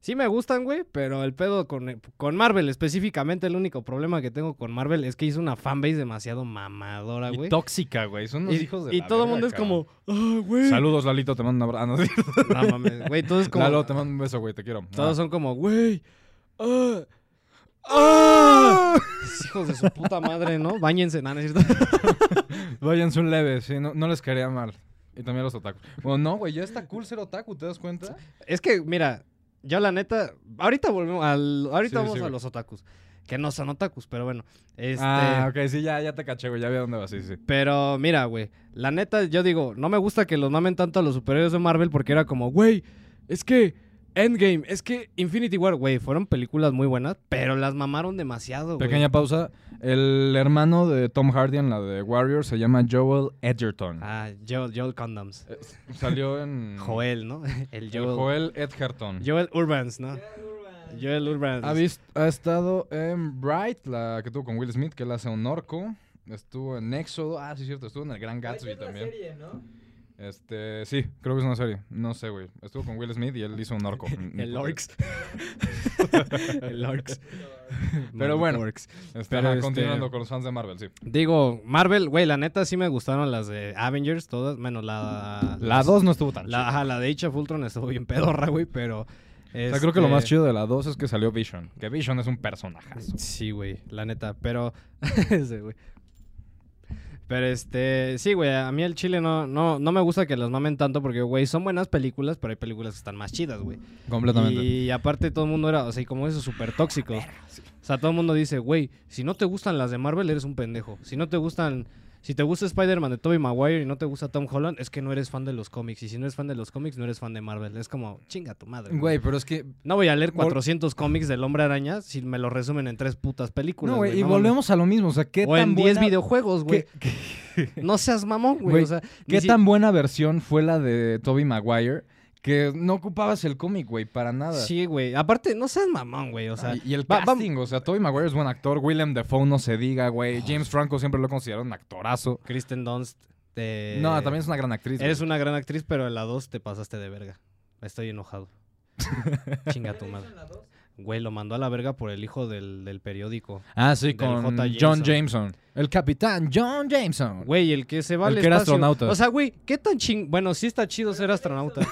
Sí me gustan, güey, pero el pedo con, con Marvel específicamente, el único problema que tengo con Marvel es que hizo una fanbase demasiado mamadora, güey.
Y tóxica, güey. Son unos
Y-
hijos de
y
la
todo el
verga,
mundo es
cabrón.
como, ah, güey.
Saludos, Lalito, te mando un abrazo. (laughs) Ah, no, sí.
No mames, güey,
(laughs)
todo es como...
Lalo, te mando un beso, güey, te quiero.
Todos
Ah.
son como, güey. ah, ah". Hijos de su puta madre, ¿no? Báñense, nada, es cierto.
(laughs) Váyanse un leve, sí, no, no les caería mal. Y también a los otakus. Bueno, no, güey, ya está cool ser otaku, ¿te das cuenta?
Es que, mira, yo la neta. Ahorita volvemos al. Ahorita
Sí,
vamos
sí,
a
güey.
los otakus. Que no son otakus, pero bueno. Este.
Ah, ok, sí, ya, ya te caché, güey, ya vi a dónde vas, sí, sí.
Pero mira, güey, la neta, yo digo, no me gusta que los mamen tanto a los superhéroes de Marvel porque era como, güey, es que Endgame, es que Infinity War, güey, fueron películas muy buenas, pero las mamaron demasiado, güey.
Pequeña pausa. El hermano de Tom Hardy en la de Warrior se llama Joel Edgerton. Eh,
Ah, Joel, Joel Condoms.
Salió en...
Joel, ¿no? (laughs) El
Mm. El
Joel.
Joel Edgerton.
Joel Urbans, ¿no? Joel Urbans.
Ha, vis- ha estado en Bright, la que tuvo con Will Smith, que él hace un orco. Estuvo en Éxodo. Ah, sí, cierto. Estuvo en el Gran Gatsby también.
Serie, ¿no?
Este, sí, creo que es una serie. No sé, güey. Estuvo con Will Smith y él hizo un orco.
(laughs) El Orcs. el Orcs.
Pero bueno,
Orcs.
Este,
Pero
ajá,
este-
Continuando con los fans de Marvel, sí.
Digo, Marvel, güey, la neta sí me gustaron las de Avengers, todas, menos la...
La 2 no estuvo tan
La, ajá, la de Age of Ultron estuvo bien pedorra, güey, pero...
O sea, creo que lo más
este,
chido de la 2 es que salió Vision. Que Vision es un personajazo.
Sí, güey, la neta, pero... (laughs) ese, güey. Pero este, sí, güey, a mí el chile no, no, no me gusta que las mamen tanto porque, güey, son buenas películas, pero hay películas que están más chidas, güey.
Completamente.
Y aparte todo el mundo era, o sea, y como eso, súper tóxico.
Ah,
O sea, todo el mundo dice, güey, si no te gustan las de Marvel, eres un pendejo. Si no te gustan, si te gusta Spider-Man de Tobey Maguire y no te gusta Tom Holland, es que no eres fan de los cómics. Y si no eres fan de los cómics, no eres fan de Marvel. Es como, chinga tu madre. güey.
pero es que
No voy a leer
Vol-
400 cómics del Hombre Araña si me lo resumen en tres putas películas.
No, güey, y
no mames.
volvemos a lo mismo. O sea, ¿qué
O
tan
en 10
buena-
videojuegos, güey.
qué- qué-
No seas mamón, güey.
Güey,
O sea, ni
¿Qué
si-
tan buena versión fue la de Toby Maguire? Que no ocupabas el cómic, güey, para nada.
Sí, güey. Aparte, no seas mamón, güey. O sea,
y, y el
va- va-
casting, o sea, Toby Maguire es buen actor, William Dafoe no se diga, güey. James Franco siempre lo consideraron un actorazo.
Kristen Dunst. eh, te-
no, también es una gran actriz.
Eres
güey.
una gran actriz, pero en la 2 te pasaste de verga. Estoy
(laughs)
enojado. Chinga tu madre. Güey, lo mandó a la verga por el hijo del, del periódico.
Ah, sí,
del
con
J.
John
Jameson.
Jameson. El capitán John Jameson.
Güey, el que se va
El
al
que era
espacio.
astronauta.
O sea, güey, qué tan ching... Bueno, sí está chido ser astronauta.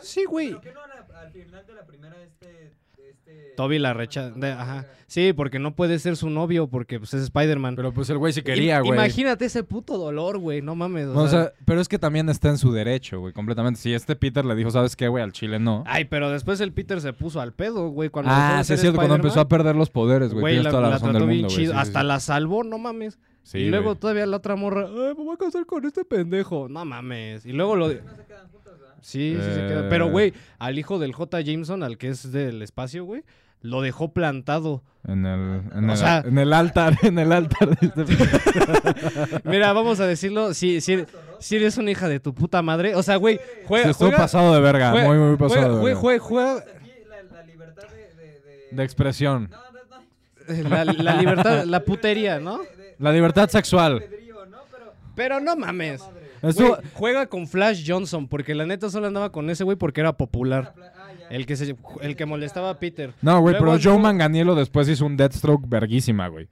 Sí, güey.
¿Por qué no han al final de la primera, este. este
Toby la recha...
rechaza.
de- ajá. Sí, porque no puede ser su novio porque pues, es Spider-Man.
Pero pues el güey sí quería,
Im-
güey.
Imagínate ese puto dolor, güey. No mames. o
No, o
sea-
sea, pero es que también está en su derecho, güey, completamente. Si este Peter le dijo, ¿sabes qué, güey? Al chile no.
Ay, pero después el Peter se puso al pedo, güey. Cuando dejó
ah,
de
sí,
ser
es cierto, cuando empezó a
Spider-Man,
perder los poderes, güey. Tienes
la,
toda la,
la
razón
trató
del
bien
mundo, güey.
chido.
sí, sí,
Hasta
sí.
la salvó, no mames.
Sí,
y luego
güey.
todavía la otra morra, ay, me voy a casar con este pendejo. No mames. Y luego lo... de-
No se quedan juntos, ¿verdad?
Sí, sí se queda.
Eh.
Pero, güey, al hijo del J. Jameson, al que es del espacio, güey, lo dejó plantado.
En el, en,
O
el,
sea-
en el altar, (laughs) en el altar de este
Mira, vamos a decirlo, si, si, si eres una hija de tu puta madre, o sea, güey,
(laughs) Se
juega,
estuvo
juega,
pasado de verga,
juega-
muy, muy pasado
juega,
de
güey,
verga.
juega- juega-
Aquí la, la libertad de. De, de-
De expresión.
No, no, no.
eh, la, la
(laughs)
libertad, la putería, ¿no?
La libertad sexual.
Pedrío, ¿no? Pero,
Pero no mames.
madre.
Güey,
Estuvo-
juega con Flash Johnson, porque la neta solo andaba con ese güey porque era popular.
Ah, ya.
El que, se, el que molestaba a Peter.
No, güey,
Luego
pero
anduvo-
Joe Manganiello después hizo un Deathstroke verguísima, güey.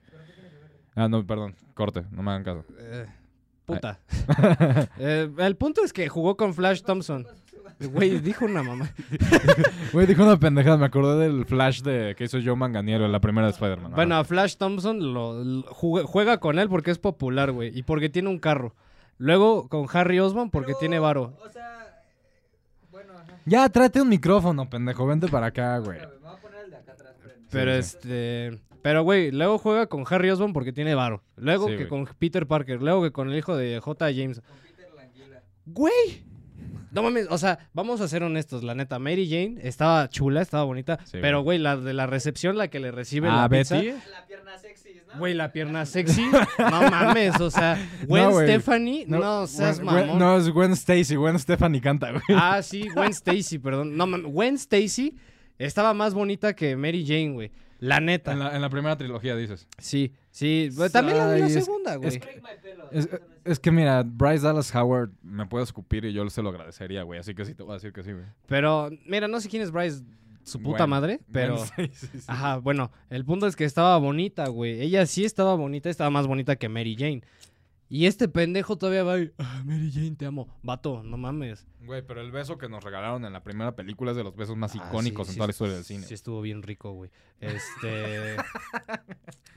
Ah, no, perdón, corte, no me hagan caso.
Eh, puta.
(laughs)
Eh, el punto es que jugó con Flash Thompson. Güey, dijo
(laughs)
una mamá.
Güey, dijo una pendejada, me acordé del flash de que hizo Joe Manganiello en la primera de Spider-Man.
Bueno,
Ajá.
a Flash Thompson lo, lo- jugue- juega con él porque es popular, güey, y porque tiene un carro. Luego con Harry Osborn porque
Pero,
tiene varo.
O sea. Bueno, ajá.
Ya, tráete un micrófono, pendejo, vente para acá, güey.
Espérame, Me voy a poner el de acá atrás. espérenme.
Pero
sí.
este, pero güey, luego juega con Harry Osborn porque tiene varo. Luego
Sí,
que
güey.
con Peter Parker, luego que con el hijo de J. James.
Con Peter Languila.
Güey. No mames, o sea, vamos a ser honestos, la neta, Mary Jane estaba chula, estaba bonita,
Sí,
pero güey, la de la recepción la que le recibe
¿A
la pizza,
Ah, Betty?
La pierna sexy, ¿no?
Güey, la pierna sexy. No mames, o sea, Gwen
No, güey.
Stephanie, no, seas
Gwen- Gwen-
mamón.
no, es Gwen Stacy, Gwen Stephanie canta, güey.
Ah, sí, Gwen Stacy, perdón. No mames, Gwen Stacy estaba más bonita que Mary Jane, güey. La neta.
En la, en la primera trilogía dices.
Sí, sí. pero También la de la
Ay, es-
segunda, güey.
es que-
Break my pillow.
Es,
Eso no es-
es que mira, Bryce Dallas Howard me puede escupir y yo se lo agradecería, güey. Así que sí, te voy a decir que sí, güey.
Pero, mira, no sé quién es Bryce, su puta
Gwen-
madre, pero.
Gwen Stacy, (laughs) sí.
Ajá, bueno, el punto es que estaba bonita, güey. Ella sí estaba bonita, estaba más bonita que Mary Jane. Y este pendejo todavía va y, "Ah, Mary Jane, te amo. Vato, no mames.
Güey, pero el beso que nos regalaron en la primera película es de los besos más
Ah,
icónicos
sí,
en
sí,
toda la historia del
sí,
cine.
Sí, estuvo bien rico, güey.
(laughs)
Este.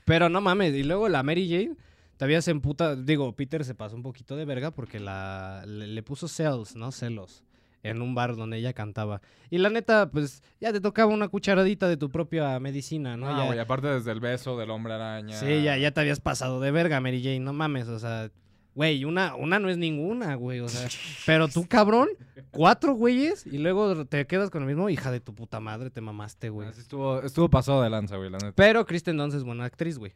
Pero no mames, y luego la Mary Jane todavía se emputa. Digo, Peter se pasó un poquito de verga porque la, le, le puso celos, ¿no? Celos. En un bar donde ella cantaba. Y la neta, pues ya te tocaba una cucharadita de tu propia medicina, ¿no?
No,
Ya-
güey, aparte desde el beso del hombre araña.
sí, ya, ya te habías pasado de verga, Mary Jane, no mames, o sea. Güey, una, una no es ninguna, güey,
(laughs)
o sea. pero tú, cabrón, cuatro güeyes y luego te quedas con lo mismo, hija de tu puta madre, te mamaste, güey.
Así estuvo, estuvo pasado de lanza, güey, la neta.
Pero Kristen Dunst es buena actriz, güey.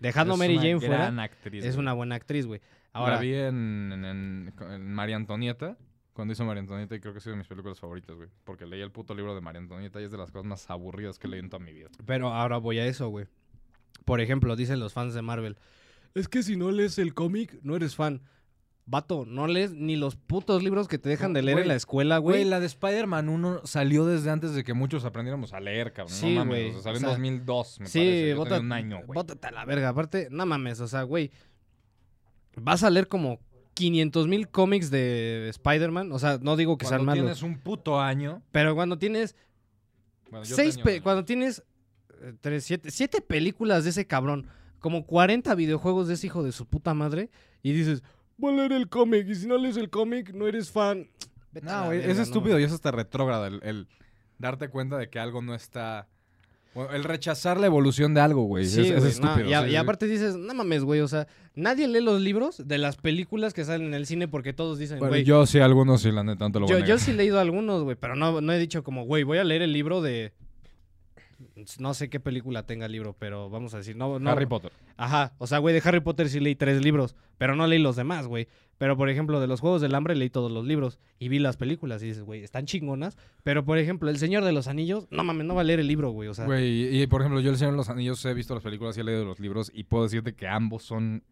Dejando a
Es
Mary
una
Jane
gran
fuera,
actriz.
es
güey.
una buena actriz, güey.
la
Ahora,
vi en, en- en- en María Antonieta. Cuando hizo María Antonieta, y creo que es una de mis películas favoritas, güey. Porque leí el puto libro de María Antonieta y es de las cosas más aburridas que leí en toda mi vida.
pero ahora voy a eso, güey. Por ejemplo, dicen los fans de Marvel, es que si no lees el cómic, no eres fan. Vato, no lees ni los putos libros que te dejan de leer
Güey,
en la escuela, güey.
la de Spider-Man 1 salió desde antes de que muchos aprendiéramos a leer, cabrón.
Sí,
no mames.
güey,
O sea, salió
o sea,
en 2002, me
sí,
parece. Yo
bota-
tenía un año, güey.
Bótate a la verga. Aparte, no mames, o sea, güey. Vas a leer como 500 mil cómics de Spider-Man. O sea, no digo que
Cuando
sean malos.
tienes un puto año.
Pero cuando tienes
Bueno, Ah, yo
seis
tenía
pe-
un año.
cuando tienes eh, tres, siete, siete películas de ese cabrón, como 40 videojuegos de ese hijo de su puta madre, y dices, voy a leer el cómic, y si no lees el cómic, no eres fan. Vete a
No,
la
güey,
verga,
es
no
estúpido y es hasta retrógrado el, el darte cuenta de que algo no está. o El rechazar la evolución de algo, güey.
Sí,
es, es
güey, no,
estúpido.
y, a-
sí,
y
sí.
aparte dices, no mames, güey, o sea, nadie lee los libros de las películas que salen en el cine porque todos dicen,
Bueno,
güey, yo,
yo sí, algunos sí, la neta, no te lo voy a
yo,
negar.
sí he leído algunos, güey, pero no, no he dicho como, güey, voy a leer el libro de... No sé qué película tenga el libro, pero vamos a decir, no, no,
Harry Potter.
Ajá, o sea, güey, de Harry Potter sí leí tres libros, pero no leí los demás, güey. Pero, por ejemplo, de los Juegos del Hambre leí todos los libros y vi las películas y dices, güey, están chingonas. Pero, por ejemplo, El Señor de los Anillos, no mames, no va a leer el libro, güey, o sea.
Güey, y, y, por ejemplo, yo El Señor de los Anillos he visto las películas y he leído los libros y puedo decirte que ambos son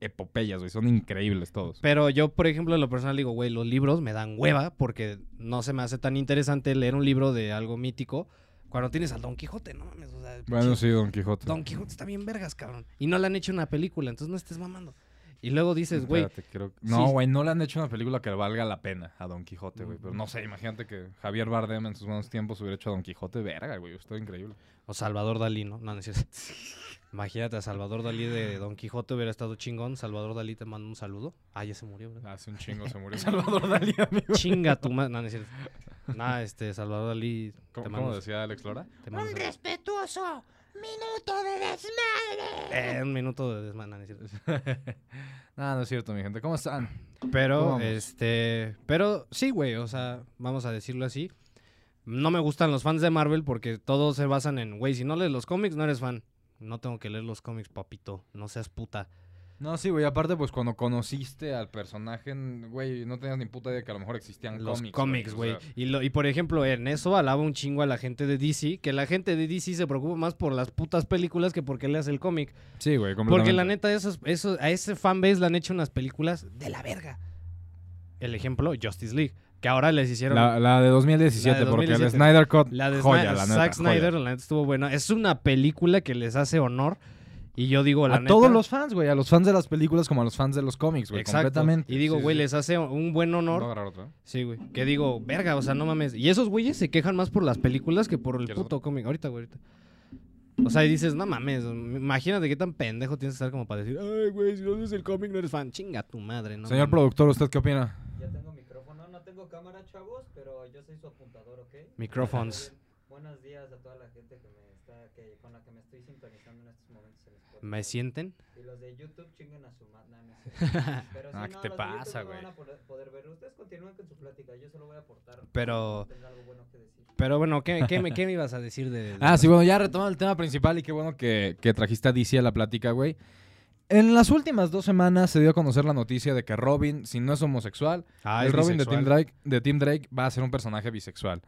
epopeyas, güey. Son increíbles todos.
Pero yo, por ejemplo, en lo personal digo, güey, los libros me dan hueva porque no se me hace tan interesante leer un libro de algo mítico cuando tienes al Don Quijote, no mames, o sea.
Bueno,
pinche
sí, Don Quijote.
Don Quijote está bien vergas, cabrón. Y no le han hecho una película, entonces no estés mamando. Y luego dices, güey,
Espérate, creo- No,
sí.
güey, no le han hecho una película que valga la pena a Don Quijote, güey. Pero no sé, imagínate que Javier Bardem en sus buenos tiempos hubiera hecho a Don Quijote. Verga, güey, esto increíble.
o Salvador Dalí, ¿no? No, no es cierto. (laughs) Imagínate a Salvador Dalí de Don Quijote hubiera estado chingón. Salvador Dalí te manda un saludo. Ah, ya se murió,
(laughs)
¿verdad?
Hace un chingo se murió Salvador Dalí, amigo.
Chinga tu madre. No, no es cierto. Nah, este, Salvador Dalí.
¿Cómo,
te
cómo
mando un-
decía Alex Lora?
te mando
Un
un saludo.
respetuoso minuto de desmadre.
Eh, un minuto de desmana, no es cierto.
Nada, (laughs) no es cierto, mi gente. ¿Cómo están? ¿Cómo
Pero,
vamos?
este, pero sí, güey, o sea, vamos a decirlo así. No me gustan los fans de Marvel porque todos se basan en, güey, si no lees los cómics, no eres fan. No tengo que leer los cómics, papito. No seas puta.
No, sí, güey. Aparte, pues cuando conociste al personaje, güey, no tenías ni puta idea que a lo mejor existían
Los
cómics.
cómics,
o sea,
güey. Y, lo- y por ejemplo, en eso alaba un chingo a la gente de DC, que la gente de DC se preocupa más por las putas películas que porque leas el cómic.
Sí, güey,
Porque la
completamente.
neta, esos, esos, a ese fanbase le han hecho unas películas de la verga. El ejemplo, Justice League, que ahora les hicieron...
La, la de 2017,
La de
porque el
2017.
Snyder Cut.
La de
joya,
Snyder,
la neta,
Zack
joya.
Snyder, la neta estuvo buena. Es una película que les hace honor. Y yo digo, la
a
neta,
todos los fans, güey. A los fans de las películas como a los fans de los cómics, güey.
Exacto.
Completamente.
Y digo,
Sí,
güey,
sí, sí.
les hace un buen honor.
Voy a agarrar otro. ¿eh?
Sí, güey. Que digo, verga, o sea, no mames. Y esos güeyes se quejan más por las películas que por el
¿Quieres
puto cómic. Ahorita, güey, ahorita. O sea, y dices, no mames, imagínate qué tan pendejo tienes que estar como para decir, ay, güey, si no lees el cómic no eres fan. Chinga tu madre, ¿no?
Señor
mames.
productor, ¿usted qué opina?
Ya tengo micrófono, no tengo cámara, chavos, pero yo soy su apuntador, ¿ok?
Micrófonos.
Buenos días a toda la gente que me está, que, con la que me estoy sintonizando en estos momentos en Spotify.
¿Me sienten?
Y los de YouTube chinguen a su madre. nah, no es cierto. Pero
Ah,
si
¿qué
no,
te
los de YouTube
pasa,
no
güey?
van a poder, poder ver. Ustedes continúen con su plática, yo solo voy a aportar.
Pero-
cuando tenga algo bueno que decir.
Pero bueno, ¿qué, qué, me, ¿qué me ibas a decir de...? de-
Ah, sí, bueno, ya retomando el tema principal y qué bueno que, que trajiste a DC a la plática, güey. En las últimas dos semanas se dio a conocer la noticia de que Robin, si no es homosexual,
Ah,
el
es
Robin de
bisexual.
Tim, Drake, de Tim Drake va a ser un personaje bisexual.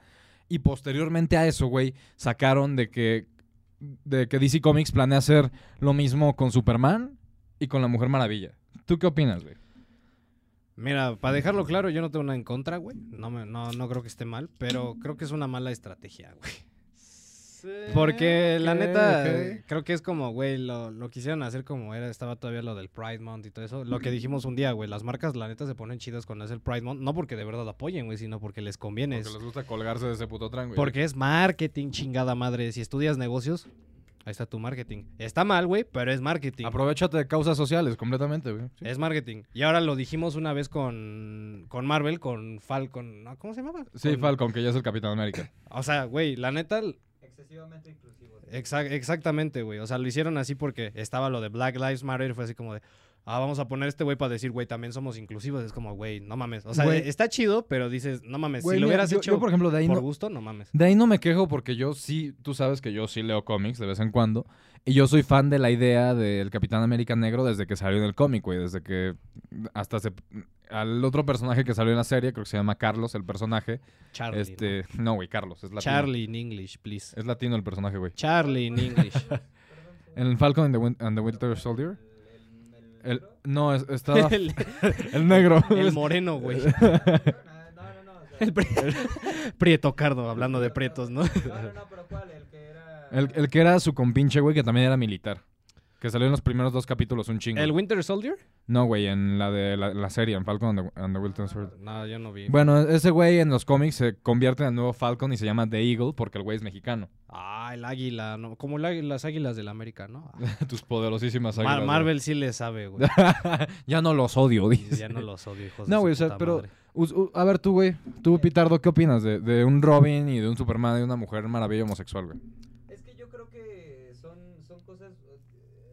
Y posteriormente a eso, güey, sacaron de que, de que DC Comics planea hacer lo mismo con Superman y con la Mujer Maravilla. ¿Tú qué opinas, güey?
Mira, para dejarlo claro, yo no tengo nada en contra, güey. No, me- no, no creo que esté mal, pero creo que es una mala estrategia, güey. Porque la
ok,
neta,
ok.
eh, creo que es como, güey, lo, lo quisieron hacer como era, estaba todavía lo del Pride Month y todo eso. Lo que dijimos un día, güey, las marcas la neta se ponen chidas cuando es el Pride Month, no porque de verdad apoyen, güey, sino porque les conviene. es-
Porque les gusta colgarse de ese puto tren, güey.
porque es marketing, chingada madre. Si estudias negocios, ahí está tu marketing. Está mal, güey, pero es marketing.
Aprovechate de causas sociales completamente, güey. Sí.
Es marketing. Y ahora lo dijimos una vez con, con Marvel, con Falcon. ¿no? ¿Cómo se llamaba?
Sí,
Con-
Falcon, que ya es el Capitán América.
O sea, güey, la neta,
Excesivamente inclusivos.
exa- exactamente, güey. O sea, lo hicieron así porque estaba lo de Black Lives Matter y fue así como de, ah, vamos a poner este güey para decir, güey, también somos inclusivos. Es como, güey, no mames. O sea, e-,
Güey.
está chido, pero dices, no mames,
Güey,
si lo
mira,
hubieras
yo-
hecho
yo, por ejemplo, de ahí
por
no,
gusto, no mames.
De ahí no me quejo porque yo sí, tú sabes que yo sí leo cómics de vez en cuando. Y yo soy fan de la idea del Capitán América Negro desde que salió en el cómic, güey. Desde que hasta se... Al otro personaje que salió en la serie, creo que se llama Carlos, el personaje.
Charlie. ¿no?
este, no, güey, Carlos, es latino.
Charlie in English, please.
Es latino el personaje, güey.
Charlie in English.
En el Falcon and the, Win- and the Winter Soldier.
El, el, el,
El,
negro?
(laughs) no, es- estaba
(laughs) el,
el negro.
el moreno,
(laughs)
güey.
Ah, No, no, no. o sea,
(laughs) El pri- Prieto Cardo, hablando de
(laughs)
prietos, ¿no?
No, no, no, pero ¿cuál? El que era.
El, el que era su compinche, güey, que también era militar. Que salió en los primeros dos capítulos un chingo.
¿El Winter Soldier?
No, güey, en la de la, la serie, en Falcon and the, and the Winter Soldier.
No, yo no vi.
Bueno, ese güey en los cómics se convierte en el nuevo Falcon y se llama The Eagle porque el güey es mexicano. (laughs)
Ah, el águila, ¿no? Como el águ- las águilas del América, ¿no? Ah,
Tus poderosísimas
Mar-
águilas, güey.
Marvel sí le
(laughs)
sabe, güey.
ya no los odio, dice.
ya no los odio, hijos
No,
de
güey,
su
o sea,
puta
pero-
madre.
Us- u- a ver, tú, güey, tú, Pitardo, ¿qué opinas de, de un Robin y de un Superman y de una mujer maravilla homosexual, güey?
Es que yo creo que son, son cosas.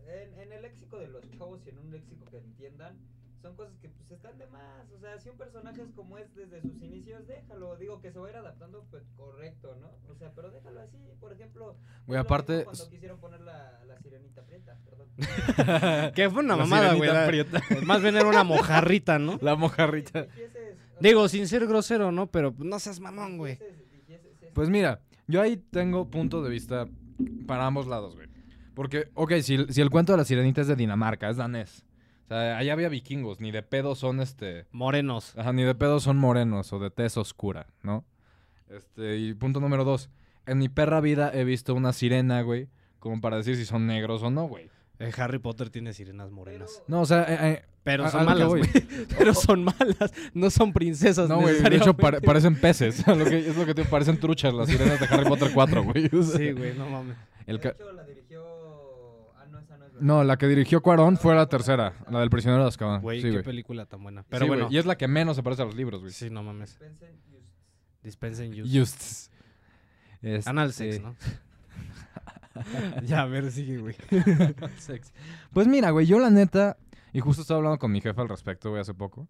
eh, En, en el léxico de los chavos y en un léxico que entiendan, son cosas que pues están de más. O sea, si un personaje es como es desde sus inicios, déjalo. Digo que se va a ir adaptando, pues correcto, ¿no? O sea, pero déjalo así. Por ejemplo, es
Güey,
lo
aparte.
mismo Cuando quisieron poner la, la sirenita prieta, perdón.
(laughs)
Que fue una
La
mamada, güey.
sirenita
era- (laughs) Más bien era una mojarrita, ¿no?
(laughs) La
Si (laughs)
mojarrita.
dijeses- o sea,
Digo, sin ser grosero, ¿no? Pero pues, no seas mamón, güey.
dijeses- dijeses eso.
Pues mira, yo ahí tengo punto de vista para ambos lados, güey. Porque, ok, si, si el cuento de la sirenita es de Dinamarca, es danés. O sea, allá había vikingos, ni de pedo son este.
Morenos.
Ajá, ni de pedo son morenos o de tez oscura, ¿no? Este, y punto número dos. En mi perra vida he visto una sirena, güey, como para decir si son negros o no, güey.
Eh, Harry Potter tiene sirenas morenas.
Pero,
No, o sea, eh, eh,
Pero
a-
son
a lo que
malas,
voy.
güey. (laughs) Pero son malas. No son princesas
no, güey. De hecho,
necesariamente.
pare- parecen peces. (laughs) lo que- es lo que te parecen truchas las sirenas de Harry Potter 4, güey. O sea,
Sí, güey, no mames.
el
de
ca-
hecho, la dirigió. Ah, no, esa no es verdad.
no, la que dirigió Cuarón fue la tercera, la del prisionero de Azkaban.
Güey,
Ah, sí,
qué
güey.
película tan buena. Pero
Sí, güey,
bueno.
Y es la que menos se parece a los libros, güey.
Sí, no mames.
Spencer Hughes.
Dispensen you.
Just. Este- (laughs)
Anal sex, ¿no? (laughs) ya, a ver, sigue, güey.
Sex. Pues mira, güey, yo la neta, y justo estaba hablando con mi jefa al respecto, güey, hace poco,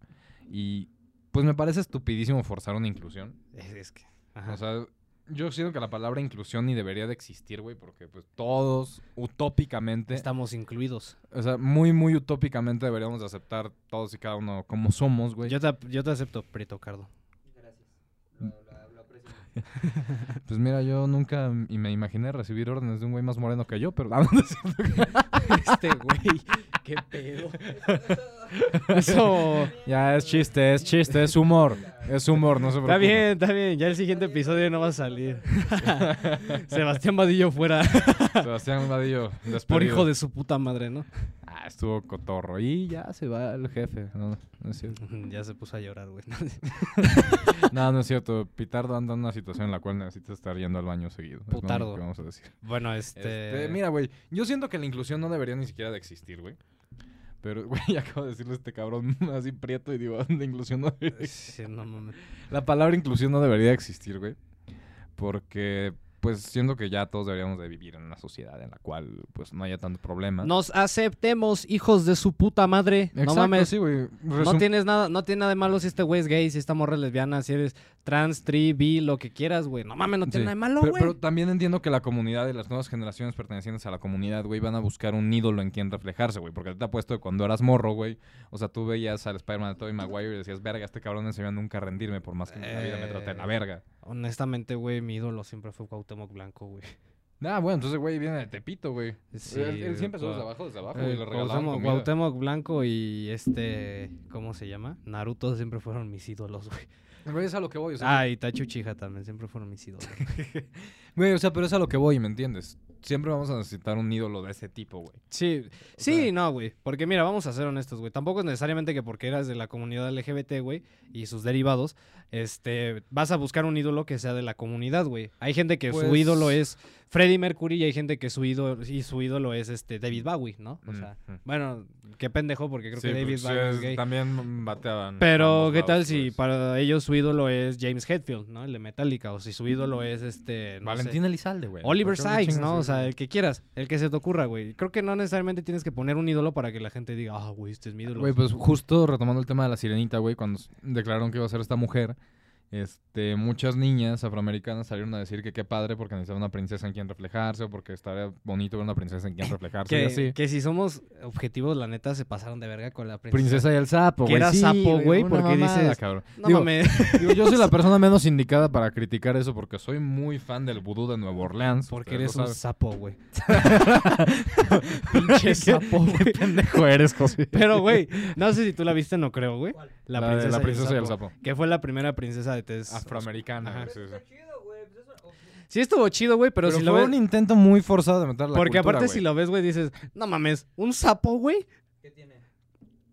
y pues me parece estupidísimo forzar una inclusión.
Es, es que. Ajá.
O sea, yo siento que la palabra inclusión ni debería de existir, güey, porque pues todos utópicamente,
Estamos incluidos.
o sea, muy, muy utópicamente deberíamos de aceptar todos y cada uno como somos, güey.
Yo te, ap- yo te acepto, Prieto Cardo.
Gracias. Lo, lo- lo aprecio.
Pues mira, yo nunca m- y me imaginé recibir órdenes de un güey más moreno que yo, (laughs) pero... Ah, no, no es cierto.
(laughs) Este güey, qué pedo.
Eso ya es chiste, es chiste, es humor. Es humor, no se
Está
preocupen.
bien, está bien. Ya el siguiente episodio no va a (laughs) salir. Sebastián Vadillo fuera
Sebastián Vadillo,
(laughs) por
despedido.
hijo de su puta madre, ¿no? (laughs)
Ah, estuvo cotorro. Y ya se va el jefe. No, no es cierto.
Ya se puso a llorar, güey. (laughs)
no, no es cierto. Pitardo anda en una situación en la cual necesita estar yendo al baño seguido. Es lo único
Putardo.
que vamos a decir.
Bueno, este...
Este, mira, güey. Yo siento que la inclusión no debería ni siquiera de existir, güey. Pero, (laughs) güey, acabo de decirle a este cabrón (laughs) así prieto y digo, la inclusión no debería
Sí, no mames.
La palabra inclusión no debería existir, güey. Porque, pues, siento que ya todos deberíamos de vivir en una sociedad en la cual, pues, no haya tanto problema.
Nos aceptemos, hijos de su puta madre.
Exacto,
no mames.
sí, güey.
No
Resum-
tienes nada, no tiene nada de malo si este güey es gay, si esta morra es lesbiana, si eres trans, tri, bi, lo que quieras, güey. No mames, no tiene
Sí.
nada de malo,
pero,
güey.
pero también entiendo que la comunidad y las nuevas generaciones pertenecientes a la comunidad, güey, van a buscar un ídolo en quien reflejarse, güey. Porque te apuesto que cuando eras morro, güey, o sea, tú veías al Spider-Man de Tobey Maguire y decías, verga, este cabrón no se va a nunca a rendirme por más que la vida me trate de la
Eh.
verga.
Honestamente, güey, mi ídolo siempre fue Cuauhtémoc Blanco, güey.
Ah, bueno, entonces, güey, viene de Tepito, güey.
Sí,
él, él
güey,
siempre empezó
Cua-
desde abajo, desde abajo,
eh,
güey, le regalaban
Cuauhtémoc,
comida.
Cuauhtémoc Blanco y este, ¿cómo se llama? Naruto siempre fueron mis ídolos, güey.
Güey, es a lo que voy, o sea,
Ah, y Tachu Chija también siempre fueron mis ídolos.
güey, o sea, pero es a lo que voy, ¿me entiendes? Siempre vamos a necesitar un ídolo de ese tipo, güey.
Sí, sí, no, güey. Porque mira, vamos a ser honestos, güey. Tampoco es necesariamente que porque eras de la comunidad LGBT, güey, y sus derivados, este, vas a buscar un ídolo que sea de la comunidad, güey. Hay gente que su
Pues-
ídolo es Freddie Mercury y hay gente que su ídolo, y su ídolo es este David Bowie, ¿no? O sea,
Mm, mm.
bueno, qué pendejo porque creo
Sí,
que David
pues,
Bowie es
es-
gay.
También bateaban.
Pero,
ambos
¿qué tal
lados,
si
pues.
para ellos su ídolo es James Hetfield, ¿no? El de Metallica, o si su ídolo es este. no sé,
Valentín Elizalde, güey.
Oliver
¿Por qué pues, no
Sykes,
chingas
¿no? O
ese,
sea,
güey?
el que quieras, el que se te ocurra, güey. Creo que no necesariamente tienes que poner un ídolo para que la gente diga, ah, güey, este es mi ídolo.
Güey, pues justo retomando el tema de la sirenita, güey, cuando s- declararon que iba a ser esta mujer, este, muchas niñas afroamericanas salieron a decir que qué padre porque necesitaba una princesa en quien reflejarse o porque estaría bonito ver una princesa en
(laughs)
quien reflejarse y
que,
así.
que si somos objetivos, la neta, se pasaron de verga con la princesa.
Princesa y el sapo,
Que
güey.
era
sí,
sapo, güey,
una
porque
mamada,
dices-
cabrón.
No
Digo,
mames.
(laughs) digo, yo soy la persona menos indicada para criticar eso porque soy muy fan del vudú de Nueva Orleans. Eh,
Porque
ustedes
eres
lo
un
saben.
sapo,
(laughs)
güey. Pinche sapo, güey.
pendejo eres, José.
Pero, güey, no sé si tú la viste, no creo, güey.
¿Cuál?
La,
La de
princesa,
la princesa y el sapo.
Que fue la primera princesa de tez.
Afroamericana.
Ajá.
güey, sí,
Pero
sí.
está chido, güey. pues es una- o-
Sí estuvo chido, güey, pero,
Pero
si
fue
lo ves...
un intento muy forzado de meter la
Porque
cultura,
aparte
güey.
si lo ves, güey, dices, no mames, ¿un sapo, güey?
¿Qué tiene?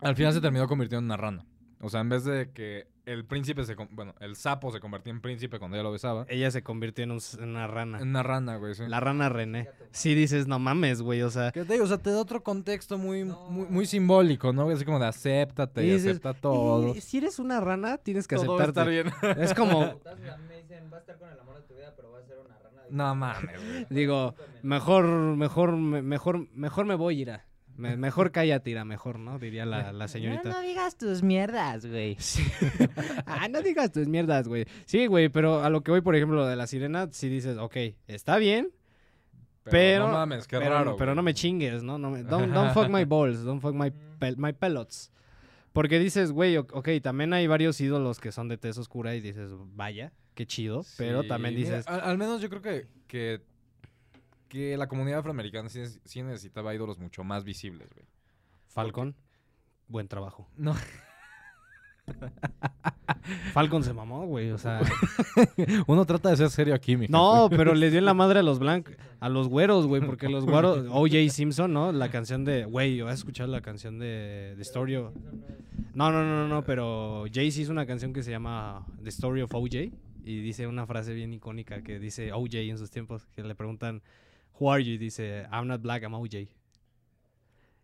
Al final se terminó convirtiendo en una rana. O sea, en vez de que el príncipe se... con- Bueno, el sapo se convertía en príncipe cuando ella lo besaba.
Ella se convirtió en, un s- en una rana.
En una rana, güey, sí.
Eh, La rana René. Sí dices, no mames, güey, o sea...
Que te digo, o sea, te da otro contexto muy,
No.
muy, muy simbólico, ¿no? Así como de acéptate y,
Y dices,
acepta todo.
"Y- si eres una rana, tienes que
Todo va a estar
aceptarte.
bien. (laughs)
Es como,
Putazos, a mí me dicen, va a estar con el amor de tu vida, pero va a ser una rana.
no mames, güey.
digo, mejor, mejor, me- mejor, mejor me voy, Ira. Me- mejor cállate, Ira, mejor, ¿no? Diría
Eh,
la, la
No,
señorita.
no digas tus mierdas, güey.
Sí. (laughs) ah, no digas tus mierdas, güey. Sí, güey, pero a lo que voy, por ejemplo, lo de la sirena, sí dices, ok, está bien, Pero-
no mames, qué
pero,
raro.
pero no me
güey.
chingues,
(laughs)
¿no? no me- don't, don't fuck my balls, don't fuck my, pel- my pelots. Porque dices, güey, o- ok, también hay varios ídolos que son de tez oscura y dices, vaya, qué chido. pero
Sí,
también
mira, ah,
dices,
al, al menos yo creo que... que que la comunidad afroamericana sí, es- sí necesitaba ídolos mucho más visibles, güey.
Falcón, buen trabajo.
No.
Falcon se mamó, güey.
(laughs)
O sea,
Uno trata de ser serio aquí, mi (laughs)
(laughs) no, pero le dio en la madre a los blancos, a los güeros, güey, porque los güeros, OJ Simpson, ¿no? La canción de, güey, ¿has escuchado la canción de The Story of... No, no, no, no, no, pero Jay-Z hizo una canción que se llama The Story of OJ y dice una frase bien icónica que dice OJ en sus tiempos, que le preguntan, Who are you? Y dice, I'm not black, I'm OJ.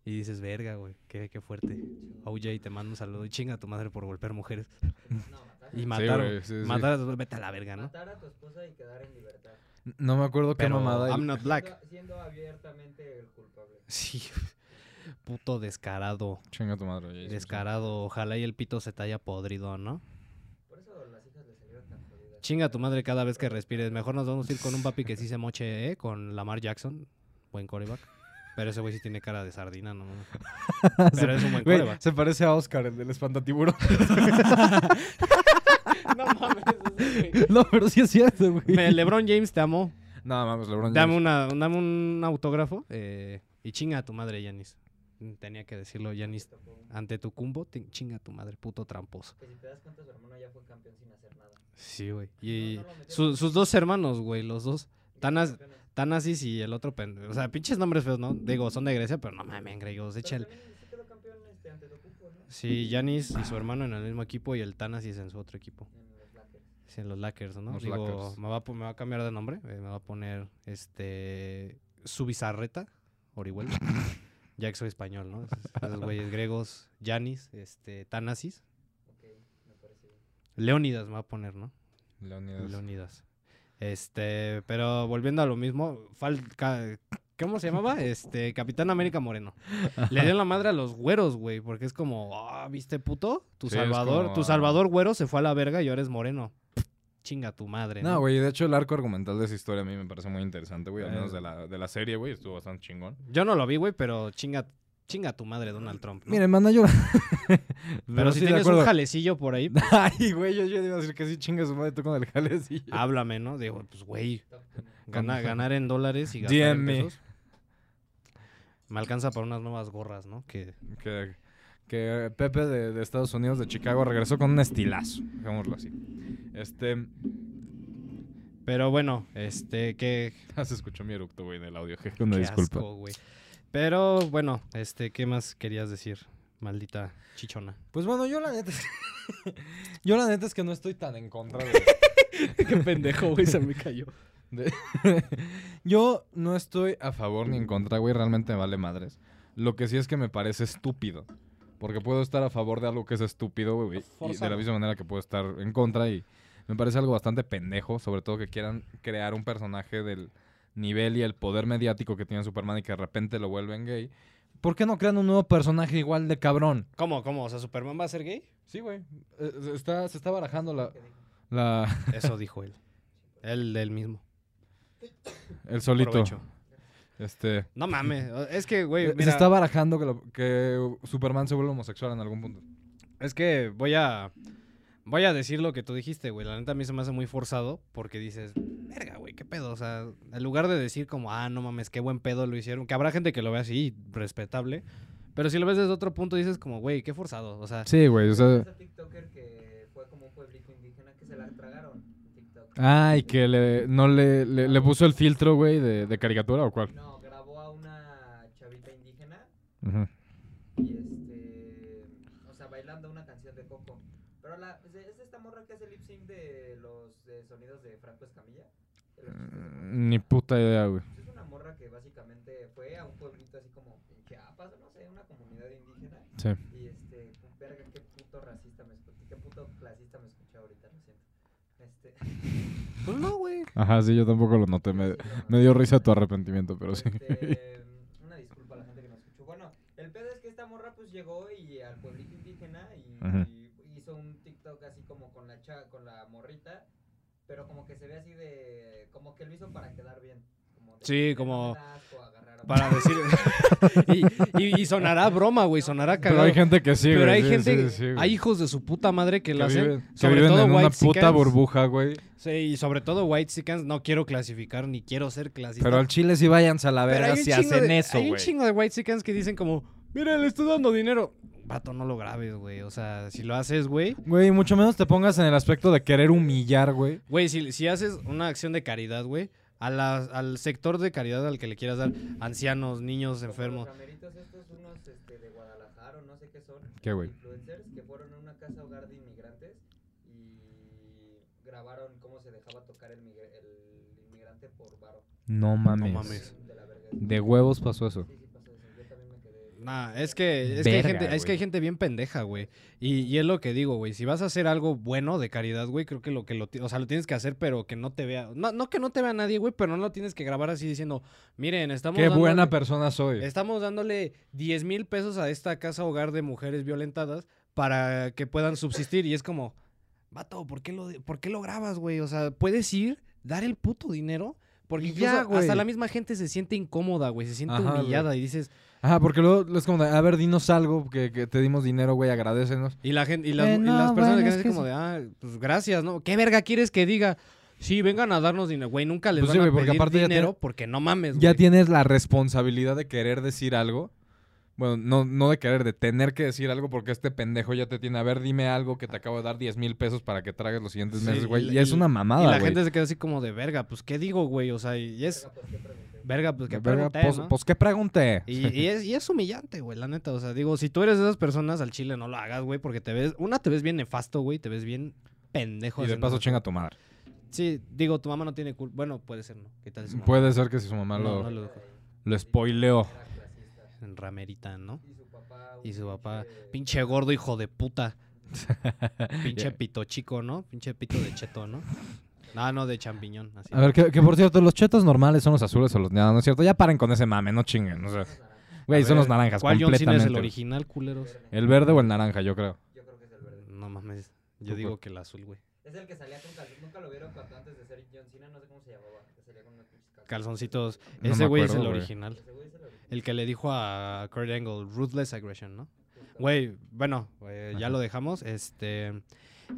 Y dices, verga, güey, qué, qué fuerte. OJ, te mando un saludo y chinga a tu madre por golpear mujeres
No, matar,
y matar,
güey, sí, sí.
matar a- vete a la verga, ¿no?
matar a tu esposa y quedar en libertad.
No me acuerdo qué
Pero
mamada. eh.
I'm not black.
Siendo, siendo abiertamente el culpable.
Sí, puto descarado.
Chinga tu madre. Jason.
Descarado, ojalá y el pito se te haya podrido, ¿no?
Por eso las hijas le salieron tan jodidas.
Chinga tu madre cada vez que respires. Mejor nos vamos a ir con un papi que sí se moche, ¿eh? Con Lamar Jackson. Buen coreback. Pero ese güey sí tiene cara de sardina, (laughs) ¿no? mames. Pero es un buen
Güey,
coreback.
se parece a Oscar, el del espantatiburón.
(laughs) No mames.
no, pero sí es cierto, güey.
LeBron James, te amo.
No, mames, LeBron
Dame,
James.
una, dame un autógrafo. eh, y chinga a tu madre, Yanis. Tenía que decirlo, Yanis.
Tocó un-
Ante tu cumbo, te- chinga a tu madre, puto tramposo.
Que si te das cuenta, su hermano ya fue campeón sin hacer nada.
Sí, güey. Y
No, no lo metieron.
su- sus dos hermanos, güey, los dos. Tan as-
Campeones. Pero
Tanasis y el otro pendejo. O sea, pinches nombres feos, ¿no? Digo, son de Grecia, pero no mames, griegos. Échale.
también sí quedó campeón este, ante Tocupo, ¿no?
Sí, Yanis y su hermano en el mismo equipo y el Tanasis en su otro equipo.
En los Lakers.
Sí, en los Lakers, ¿no?
Los
Digo,
Lakers.
Me, va a, po- me va a cambiar de nombre. eh, me va a poner este. Subizarreta,
(laughs)
Orihuela. ya que soy español, ¿no? Esos- Esos güeyes griegos, Yanis, este, Tanasis.
Ok, me parece bien.
Leónidas me va a poner, ¿no?
Leonidas.
Leonidas. Este, pero volviendo a lo mismo, fal- ca- ¿cómo se llamaba? Este, Capitán América Moreno. Le dio la madre a los güeros, güey, porque es como, ah, ¿viste puto? Tu
Sí, es
Salvador,
como,
tu
ah.
Salvador güero se fue a la verga y ahora es moreno. Chinga tu madre.
No, güey, de hecho el arco argumental de esa historia a mí me parece muy interesante, güey. Al
Eh.
menos de la, de la serie, güey, estuvo bastante chingón.
Yo no lo vi, güey, pero chinga, chinga tu madre Donald Trump. ¿no?
Miren, manda yo. (laughs)
pero si tienes un jalecillo por ahí,
Ay, güey, yo, yo iba a decir que sí chinga su madre tú con el jalecillo.
háblame, ¿no? Digo, pues güey,
Top ten.
gana- ganar en dólares y gastar en
DM.
pesos. Me alcanza para unas nuevas gorras, ¿no? Que
Que, que Pepe de, de Estados Unidos, de Chicago, regresó con un estilazo, dejémoslo así. Este, (laughs)
Pero bueno, este, que
se escuchó mi eructo, güey, en el audio. jeje,
qué
Una disculpa.
asco, güey. Pero bueno, este, ¿qué más querías decir? Maldita chichona.
Pues bueno, yo la neta es... (laughs) yo la neta es que no estoy tan en contra de...
(laughs) qué pendejo, güey, se me cayó.
(laughs) Yo no estoy a favor ni en contra, güey, realmente me vale madres. Lo que sí es que me parece estúpido. Porque puedo estar a favor de algo que es estúpido, güey, y de la
Forzado.
misma manera que puedo estar en contra y me parece algo bastante pendejo, sobre todo que quieran crear un personaje del nivel y el poder mediático que tiene Superman y que de repente lo vuelven gay. ¿Por qué no crean un nuevo personaje igual de cabrón?
¿Cómo, cómo? O sea, ¿Superman va a ser gay?
Sí, güey. Eh, se está, se está barajando la,
¿Qué dijo?
la, (laughs)
Eso dijo él. Él, él mismo.
el solito.
Provecho.
Este, eh,
No mames, o- es que, güey,
se
mira,
está barajando que, lo- que Superman se vuelve homosexual en algún punto.
es que voy a... Voy a decir lo que tú dijiste, güey. La neta a mí se me hace muy forzado porque dices, verga, güey, qué pedo. O sea, en lugar de decir como, ah, no mames, qué buen pedo lo hicieron. Que habrá gente que lo ve así, respetable. Pero si lo ves desde otro punto, dices como, güey, qué forzado. O sea,
Sí, güey, o sea...
Esa TikToker que fue como un pueblito indígena que se la tragaron en TikTok.
Ay, que le, no le, le, le puso el filtro, güey, de, de caricatura o cuál.
No, grabó a una chavita indígena
Ujú.
y este. O sea, bailando una canción de Coco. Pero la, es, de- es de esta morra que hace lip sync de los eh, sonidos de Franco Escamilla. de los chistes de Franco
Mm, Ni puta idea, güey.
Es una morra que básicamente fue a un pueblito así como en Chiapas, no sé, una comunidad indígena.
Sí.
Y este, verga, qué puto racista me escuché, qué puto clasista me escuché ahorita, lo siento. Este,
pues no, güey.
Ajá, sí, yo tampoco lo
(laughs)
noté. Me, me dio risa tu arrepentimiento, pero
(laughs)
sí.
este, una disculpa a la gente que nos escuchó. Bueno, el pedo es que esta morra pues llegó y al pueblito indígena y,
Ajá.
y hizo un TikTok así como con la cha, con la morrita, pero como que se ve así de, como que lo hizo para quedar bien. Como de,
Sí,
"No
como
me da asco agarrar a- (laughs)
Para decir... (laughs) y, y- y sonará broma, güey, sonará
Pero
cagado.
hay gente que sí, güey.
Pero hay
sí,
gente,
sí, sí, güey.
hay hijos de su puta madre que,
que
lo hacen.
viven, que
sobre
viven
todo
en una
white
puta burbuja, güey.
Sí, y sobre todo white chickens. No quiero clasificar ni quiero ser clasista.
Pero al chile sí váyanse a la
Pero
verga
hay un
si
chingo
hacen
de-
eso,
Hay un
güey.
chingo de white chickens que dicen como, mira, le estoy dando dinero. vato, no lo grabes, güey. O sea, si lo haces, güey.
Güey, mucho menos te pongas en el aspecto de querer humillar, güey.
Güey, si, si haces una acción de caridad, güey, a las- al sector de caridad al que le quieras dar, ancianos, niños, enfermos.
Los cameritos estos, unos este, de Guadalajara o no sé qué son.
¿Qué, güey?
Influencers que fueron a una casa hogar de inmigrantes y grabaron cómo se dejaba tocar el, migra- el inmigrante por varo.
No mames.
mames.
De la verga.
De huevos pasó eso.
Sí, sí pasó eso. Yo también me quedé.
Nah, es que, es, que hay
Verga,
gente, es que hay
güey.
gente bien pendeja, güey. Y, y es lo que digo, güey. Si vas a hacer algo bueno de caridad, güey, creo que lo que lo, ti- o sea, lo tienes que hacer, pero que no te vea. No, no que no te vea nadie, güey, pero no lo tienes que grabar así diciendo, miren, estamos.
Qué
dando-
buena persona soy.
Estamos dándole 10 mil pesos a esta casa hogar de mujeres violentadas para que puedan subsistir. Y es como, vato, ¿por qué lo, de- por qué lo grabas, güey? O sea, puedes ir, dar el puto dinero. Porque
Y
incluso
ya,
hasta
güey.
la misma gente se siente incómoda, güey. Se siente
Ajá, güey.
humillada y dices...
Ajá, porque luego es como de, a ver, dinos algo, que, que te dimos dinero, güey, agradecenos.
Y la gente, y las,
Eh,
y
no,
las personas
bueno,
que
es
hacen
que
como de, ah, pues gracias, ¿no? ¿Qué verga quieres que diga? Sí, vengan a darnos dinero. Güey, nunca les
Pues
van
sí,
a
güey, porque
pedir
aparte ya
dinero
tiene-
porque no mames,
Ya
güey.
tienes la responsabilidad de querer decir algo. Bueno, no, no de querer, de tener que decir algo porque este pendejo ya te tiene. A ver, dime algo que te acabo de dar 10 mil pesos para que tragues los siguientes
Sí,
meses,
y
güey.
la-
Y, es
y-
una
Y
mamada,
la
güey.
gente se queda así como de, verga, pues ¿qué digo, güey? O sea, y es...
Verga, ¿por
Verga, pues que
qué pregunté?
Verga,
pregunté,
pues,
¿no?
pues, ¿qué pregunté?
Y, y es, y es humillante, güey, la neta. O sea, digo, si tú eres de esas personas, al chile no lo hagas, güey, porque te ves... Una, te ves bien nefasto, güey, te ves bien pendejo.
Y de
haciendo
paso
eso.
chinga a tu madre.
Sí, digo, tu mamá no tiene culpa. Bueno, puede ser, ¿no? ¿Qué tal? si su mamá?
Puede ser que si su mamá
No,
lo,
no lo dejó.
lo spoileó.
Era clasista.
En Ramerita, ¿no?
Y su papá.
Y
un
su papá,
pinche-
pinche gordo hijo de
(laughs)
puta. pinche pito chico, ¿no? Pinche pito de cheto, ¿no? No, no, de champiñón. Así.
A ver, que, que por cierto, los chetos normales son los azules o los no, no es cierto. Ya paren con ese mame, no chinguen. O sea, güey,
A
son los
ver,
naranjas
¿Cuál John Cena
completamente.
es el
güey.
original, culeros?
El verde o el naranja, yo creo.
Yo creo que es el verde.
No mames. Yo
Tú,
digo
güey.
que el azul, güey.
Es el que salía con calzón. Nunca lo vieron cuando antes de ser John Cena, no sé cómo se llamaba. Que salía con unos pinches calzones.
Calzoncitos.
No
Ese
me
güey es
acuerdo,
el
güey.
original.
Ese güey es el original.
El que le dijo a Kurt Angle, Ruthless Aggression, ¿no?
Justo.
Güey, bueno, eh, ya
Ajá.
lo dejamos. Este.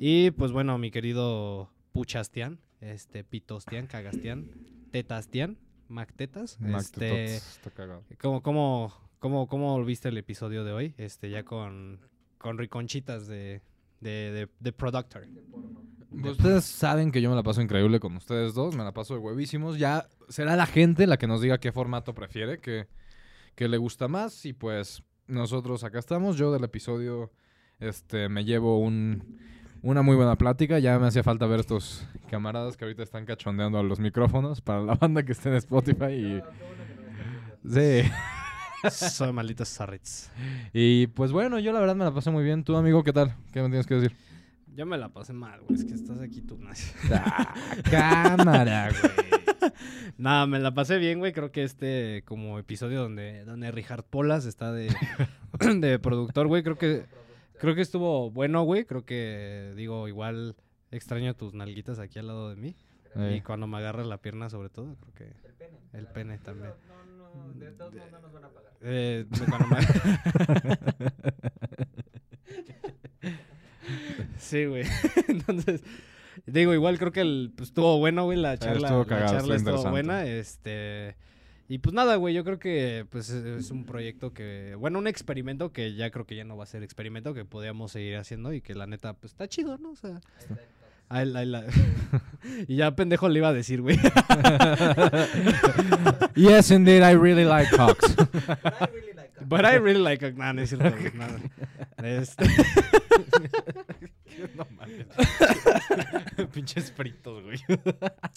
Y pues bueno, mi querido Puchastian, este, Pitostian, Cagastian, Tetastian, Mactetas.
Mactetotes,
Este.
está cagado.
¿Cómo, cómo, cómo, cómo viste el episodio de hoy? Este, ya con, con riconchitas de, de, de, de Productor.
De porno. Pues,
Ustedes saben que yo me la paso increíble con ustedes dos, me la paso de huevísimos. Ya será la gente la que nos diga qué formato prefiere, qué, qué le gusta más. Y pues nosotros acá estamos. Yo del episodio este, me llevo un, una muy buena plática. Ya me hacía falta ver estos camaradas que ahorita están cachondeando a los micrófonos para la (laughs) banda que esté en Spotify. Y,
No, Ah, qué bueno que no me estás viendo.
sí.
Soy maldito Sarritz.
y pues bueno, yo la verdad me la pasé muy bien. Tú, amigo, ¿qué tal? ¿Qué me tienes que
(laughs)
decir?
Yo me la pasé mal, güey. Es que estás aquí tú. (laughs)
Ah,
cámara, güey.
Nada, me la pasé bien, güey. Creo que este como episodio donde, donde Richard Polas está (laughs) de, de productor, güey. Creo que, creo que estuvo bueno, güey. Creo que, digo, igual extraño tus nalguitas aquí al lado de mí.
Eh.
Y cuando me agarras la pierna, sobre todo, creo que...
El pene.
El
claro.
pene también.
No, no, no, de todos modos no nos van a pagar.
Eh, de Panamá. (laughs) sí, güey. (laughs) Entonces, digo, igual creo que el, pues, estuvo bueno, güey, la charla.
estuvo
la
cagado,
charla
estuvo
estuvo
interesante.
buena, este... Y pues nada, güey, yo creo que pues es- es un proyecto que, bueno, un experimento que ya creo que ya no va a ser experimento, que podíamos seguir haciendo y que la neta, pues está chido, ¿no? O sea,
Ahí está el pack.
ahí la- ahí la- (laughs) y ya pendejo le iba a decir, güey. (laughs)
yes, indeed, I really like
(laughs)
cocks.
But I really like that.
But I really like it. Nah, no es cierto, güey, nada. Este... (laughs)
Pinches fritos, güey.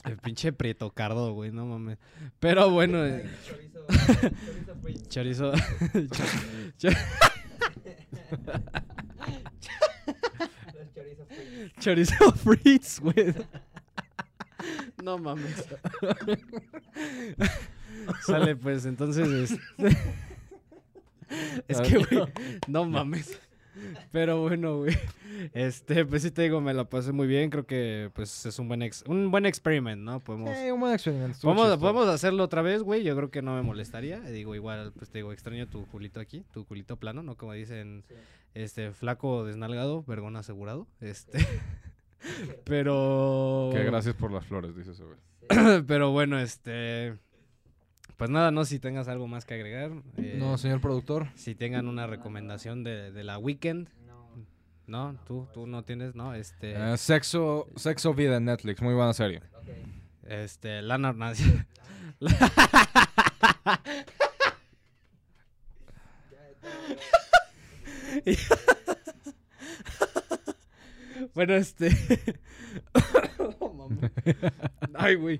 El pinche Prieto Cardo, güey, no mames. Pero bueno, eh, (laughs)
Chorizo- chorizo free.
chorizo. (laughs)
Los chorizos free.
(laughs) chorizo Fritz, güey. No mames. (laughs) Sale, pues, entonces. Es, (laughs) es que, güey, no mames. Pero bueno, güey. Este, pues sí te digo, me la pasé muy bien. Creo que, pues, es un buen ex, un buen experimento, ¿no? Podemos.
un buen experimento. estuvo
Vamos,
chistoso.
podemos hacerlo otra vez, güey. Yo creo que no me molestaría. Digo, igual, pues te digo, extraño tu culito aquí, tu culito plano, ¿no? Como dicen,
Sí,
este, flaco desnalgado, vergón asegurado. (laughs) Este. Pero. Oh. (laughs)
Que gracias por las flores, dice ese güey.
sí.
Pero bueno, este. Pues nada, no sé si tengas algo más que agregar. eh,
No, señor productor.
Si tengan una recomendación de, de la weekend.
No.
No, tú, tú no tienes, ¿no? Este,
Eh, sexo, sexo Vida en Netflix, muy buena serie.
Ok.
este, Lana Nac-
Ya, ya,
(laughs)
ya.
Bueno, este. Oh, mamá. Ay, güey.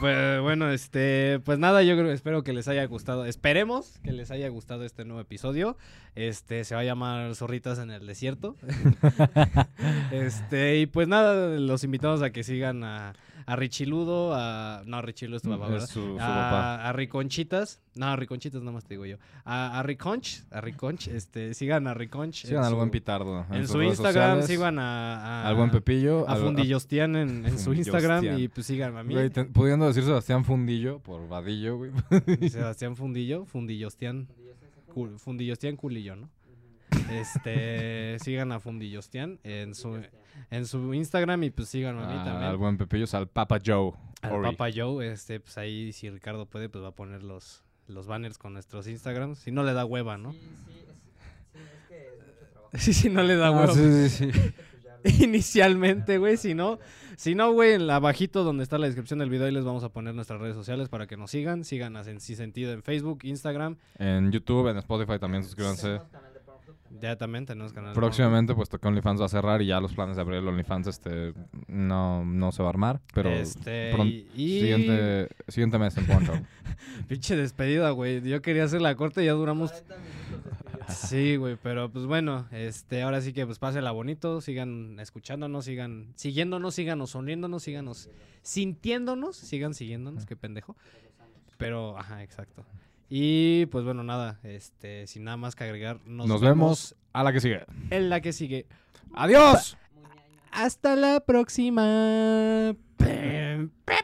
Pues, bueno, este, pues nada, yo creo, espero que les haya gustado, esperemos que les haya gustado este nuevo episodio. Este se va a llamar Zorritas en el desierto. (laughs) este, y pues nada, los invitamos a que sigan a, a Richiludo, a no, Richiludo es tu papá,
Es
¿verdad?
su, su papá.
a, a Riconchitas, no, a Riconchitas nada más te digo yo, a, a Riconch, a Riconch, este, sigan a Riconch.
Sigan
en
al
su-
buen Pitardo.
en
sus
su
redes
Instagram
sociales,
sigan a, a-
Al buen Pepillo.
a
al-
Fundillostian en, en su Instagram
Fundilostian.
y pues sigan a mí.
Güey, te- pudiendo decir Sebastián Fundillo por vadillo, güey.
(laughs) Sebastián Fundillo, Fundillostian,
Dios, esa fue
Cul- Fundillostian Culillo, ¿no?
una-
Este, sigan a Fundillostian en su
Dios, ya.
en su Instagram y pues sigan a mí
Ah,
también.
al buen Pepillo, es al Papa Joe.
Al
Ori.
Papa Joe, este, pues ahí si Ricardo puede pues va a poner los los banners con nuestros Instagrams, si no le da hueva, ¿no?
Sí, sí, es, sí, es que es mucho trabajo.
(laughs) Sí, si no le da
Ah,
hueva.
sí, sí, sí.
Inicialmente, güey, si no, Si no, güey, en la abajito donde está la descripción del video, ahí les vamos a poner nuestras redes sociales para que nos sigan. Sigan a Sin Sin Sentido en Facebook, Instagram.
En YouTube, en Spotify también suscríbanse.
Tenemos canal de Pornhub también.
Ya también tenemos canal. de
Próximamente, puesto que OnlyFans va a cerrar y ya los planes de abrir el OnlyFans este, no, no se va a armar. Pero
porno. este,
pron-
y, y-
Siguiente, siguiente mes en Pornhub.
Pinche despedida, güey. Yo quería hacer la corte y ya duramos.
40 minutos despidiendo.
(laughs) Sí, güey, pero pues bueno, este, ahora sí que pues pásela bonito, sigan escuchándonos, sigan siguiéndonos, síganos uniéndonos, síganos sintiéndonos, sigan siguiéndonos, qué pendejo. Pero, ajá, exacto. Y pues bueno, nada, este, sin nada más que agregar,
(laughs) Nos, vemos a la que sigue.
en la que sigue.
¡Adiós!
Muñaña.
Hasta la próxima. Pem, pem.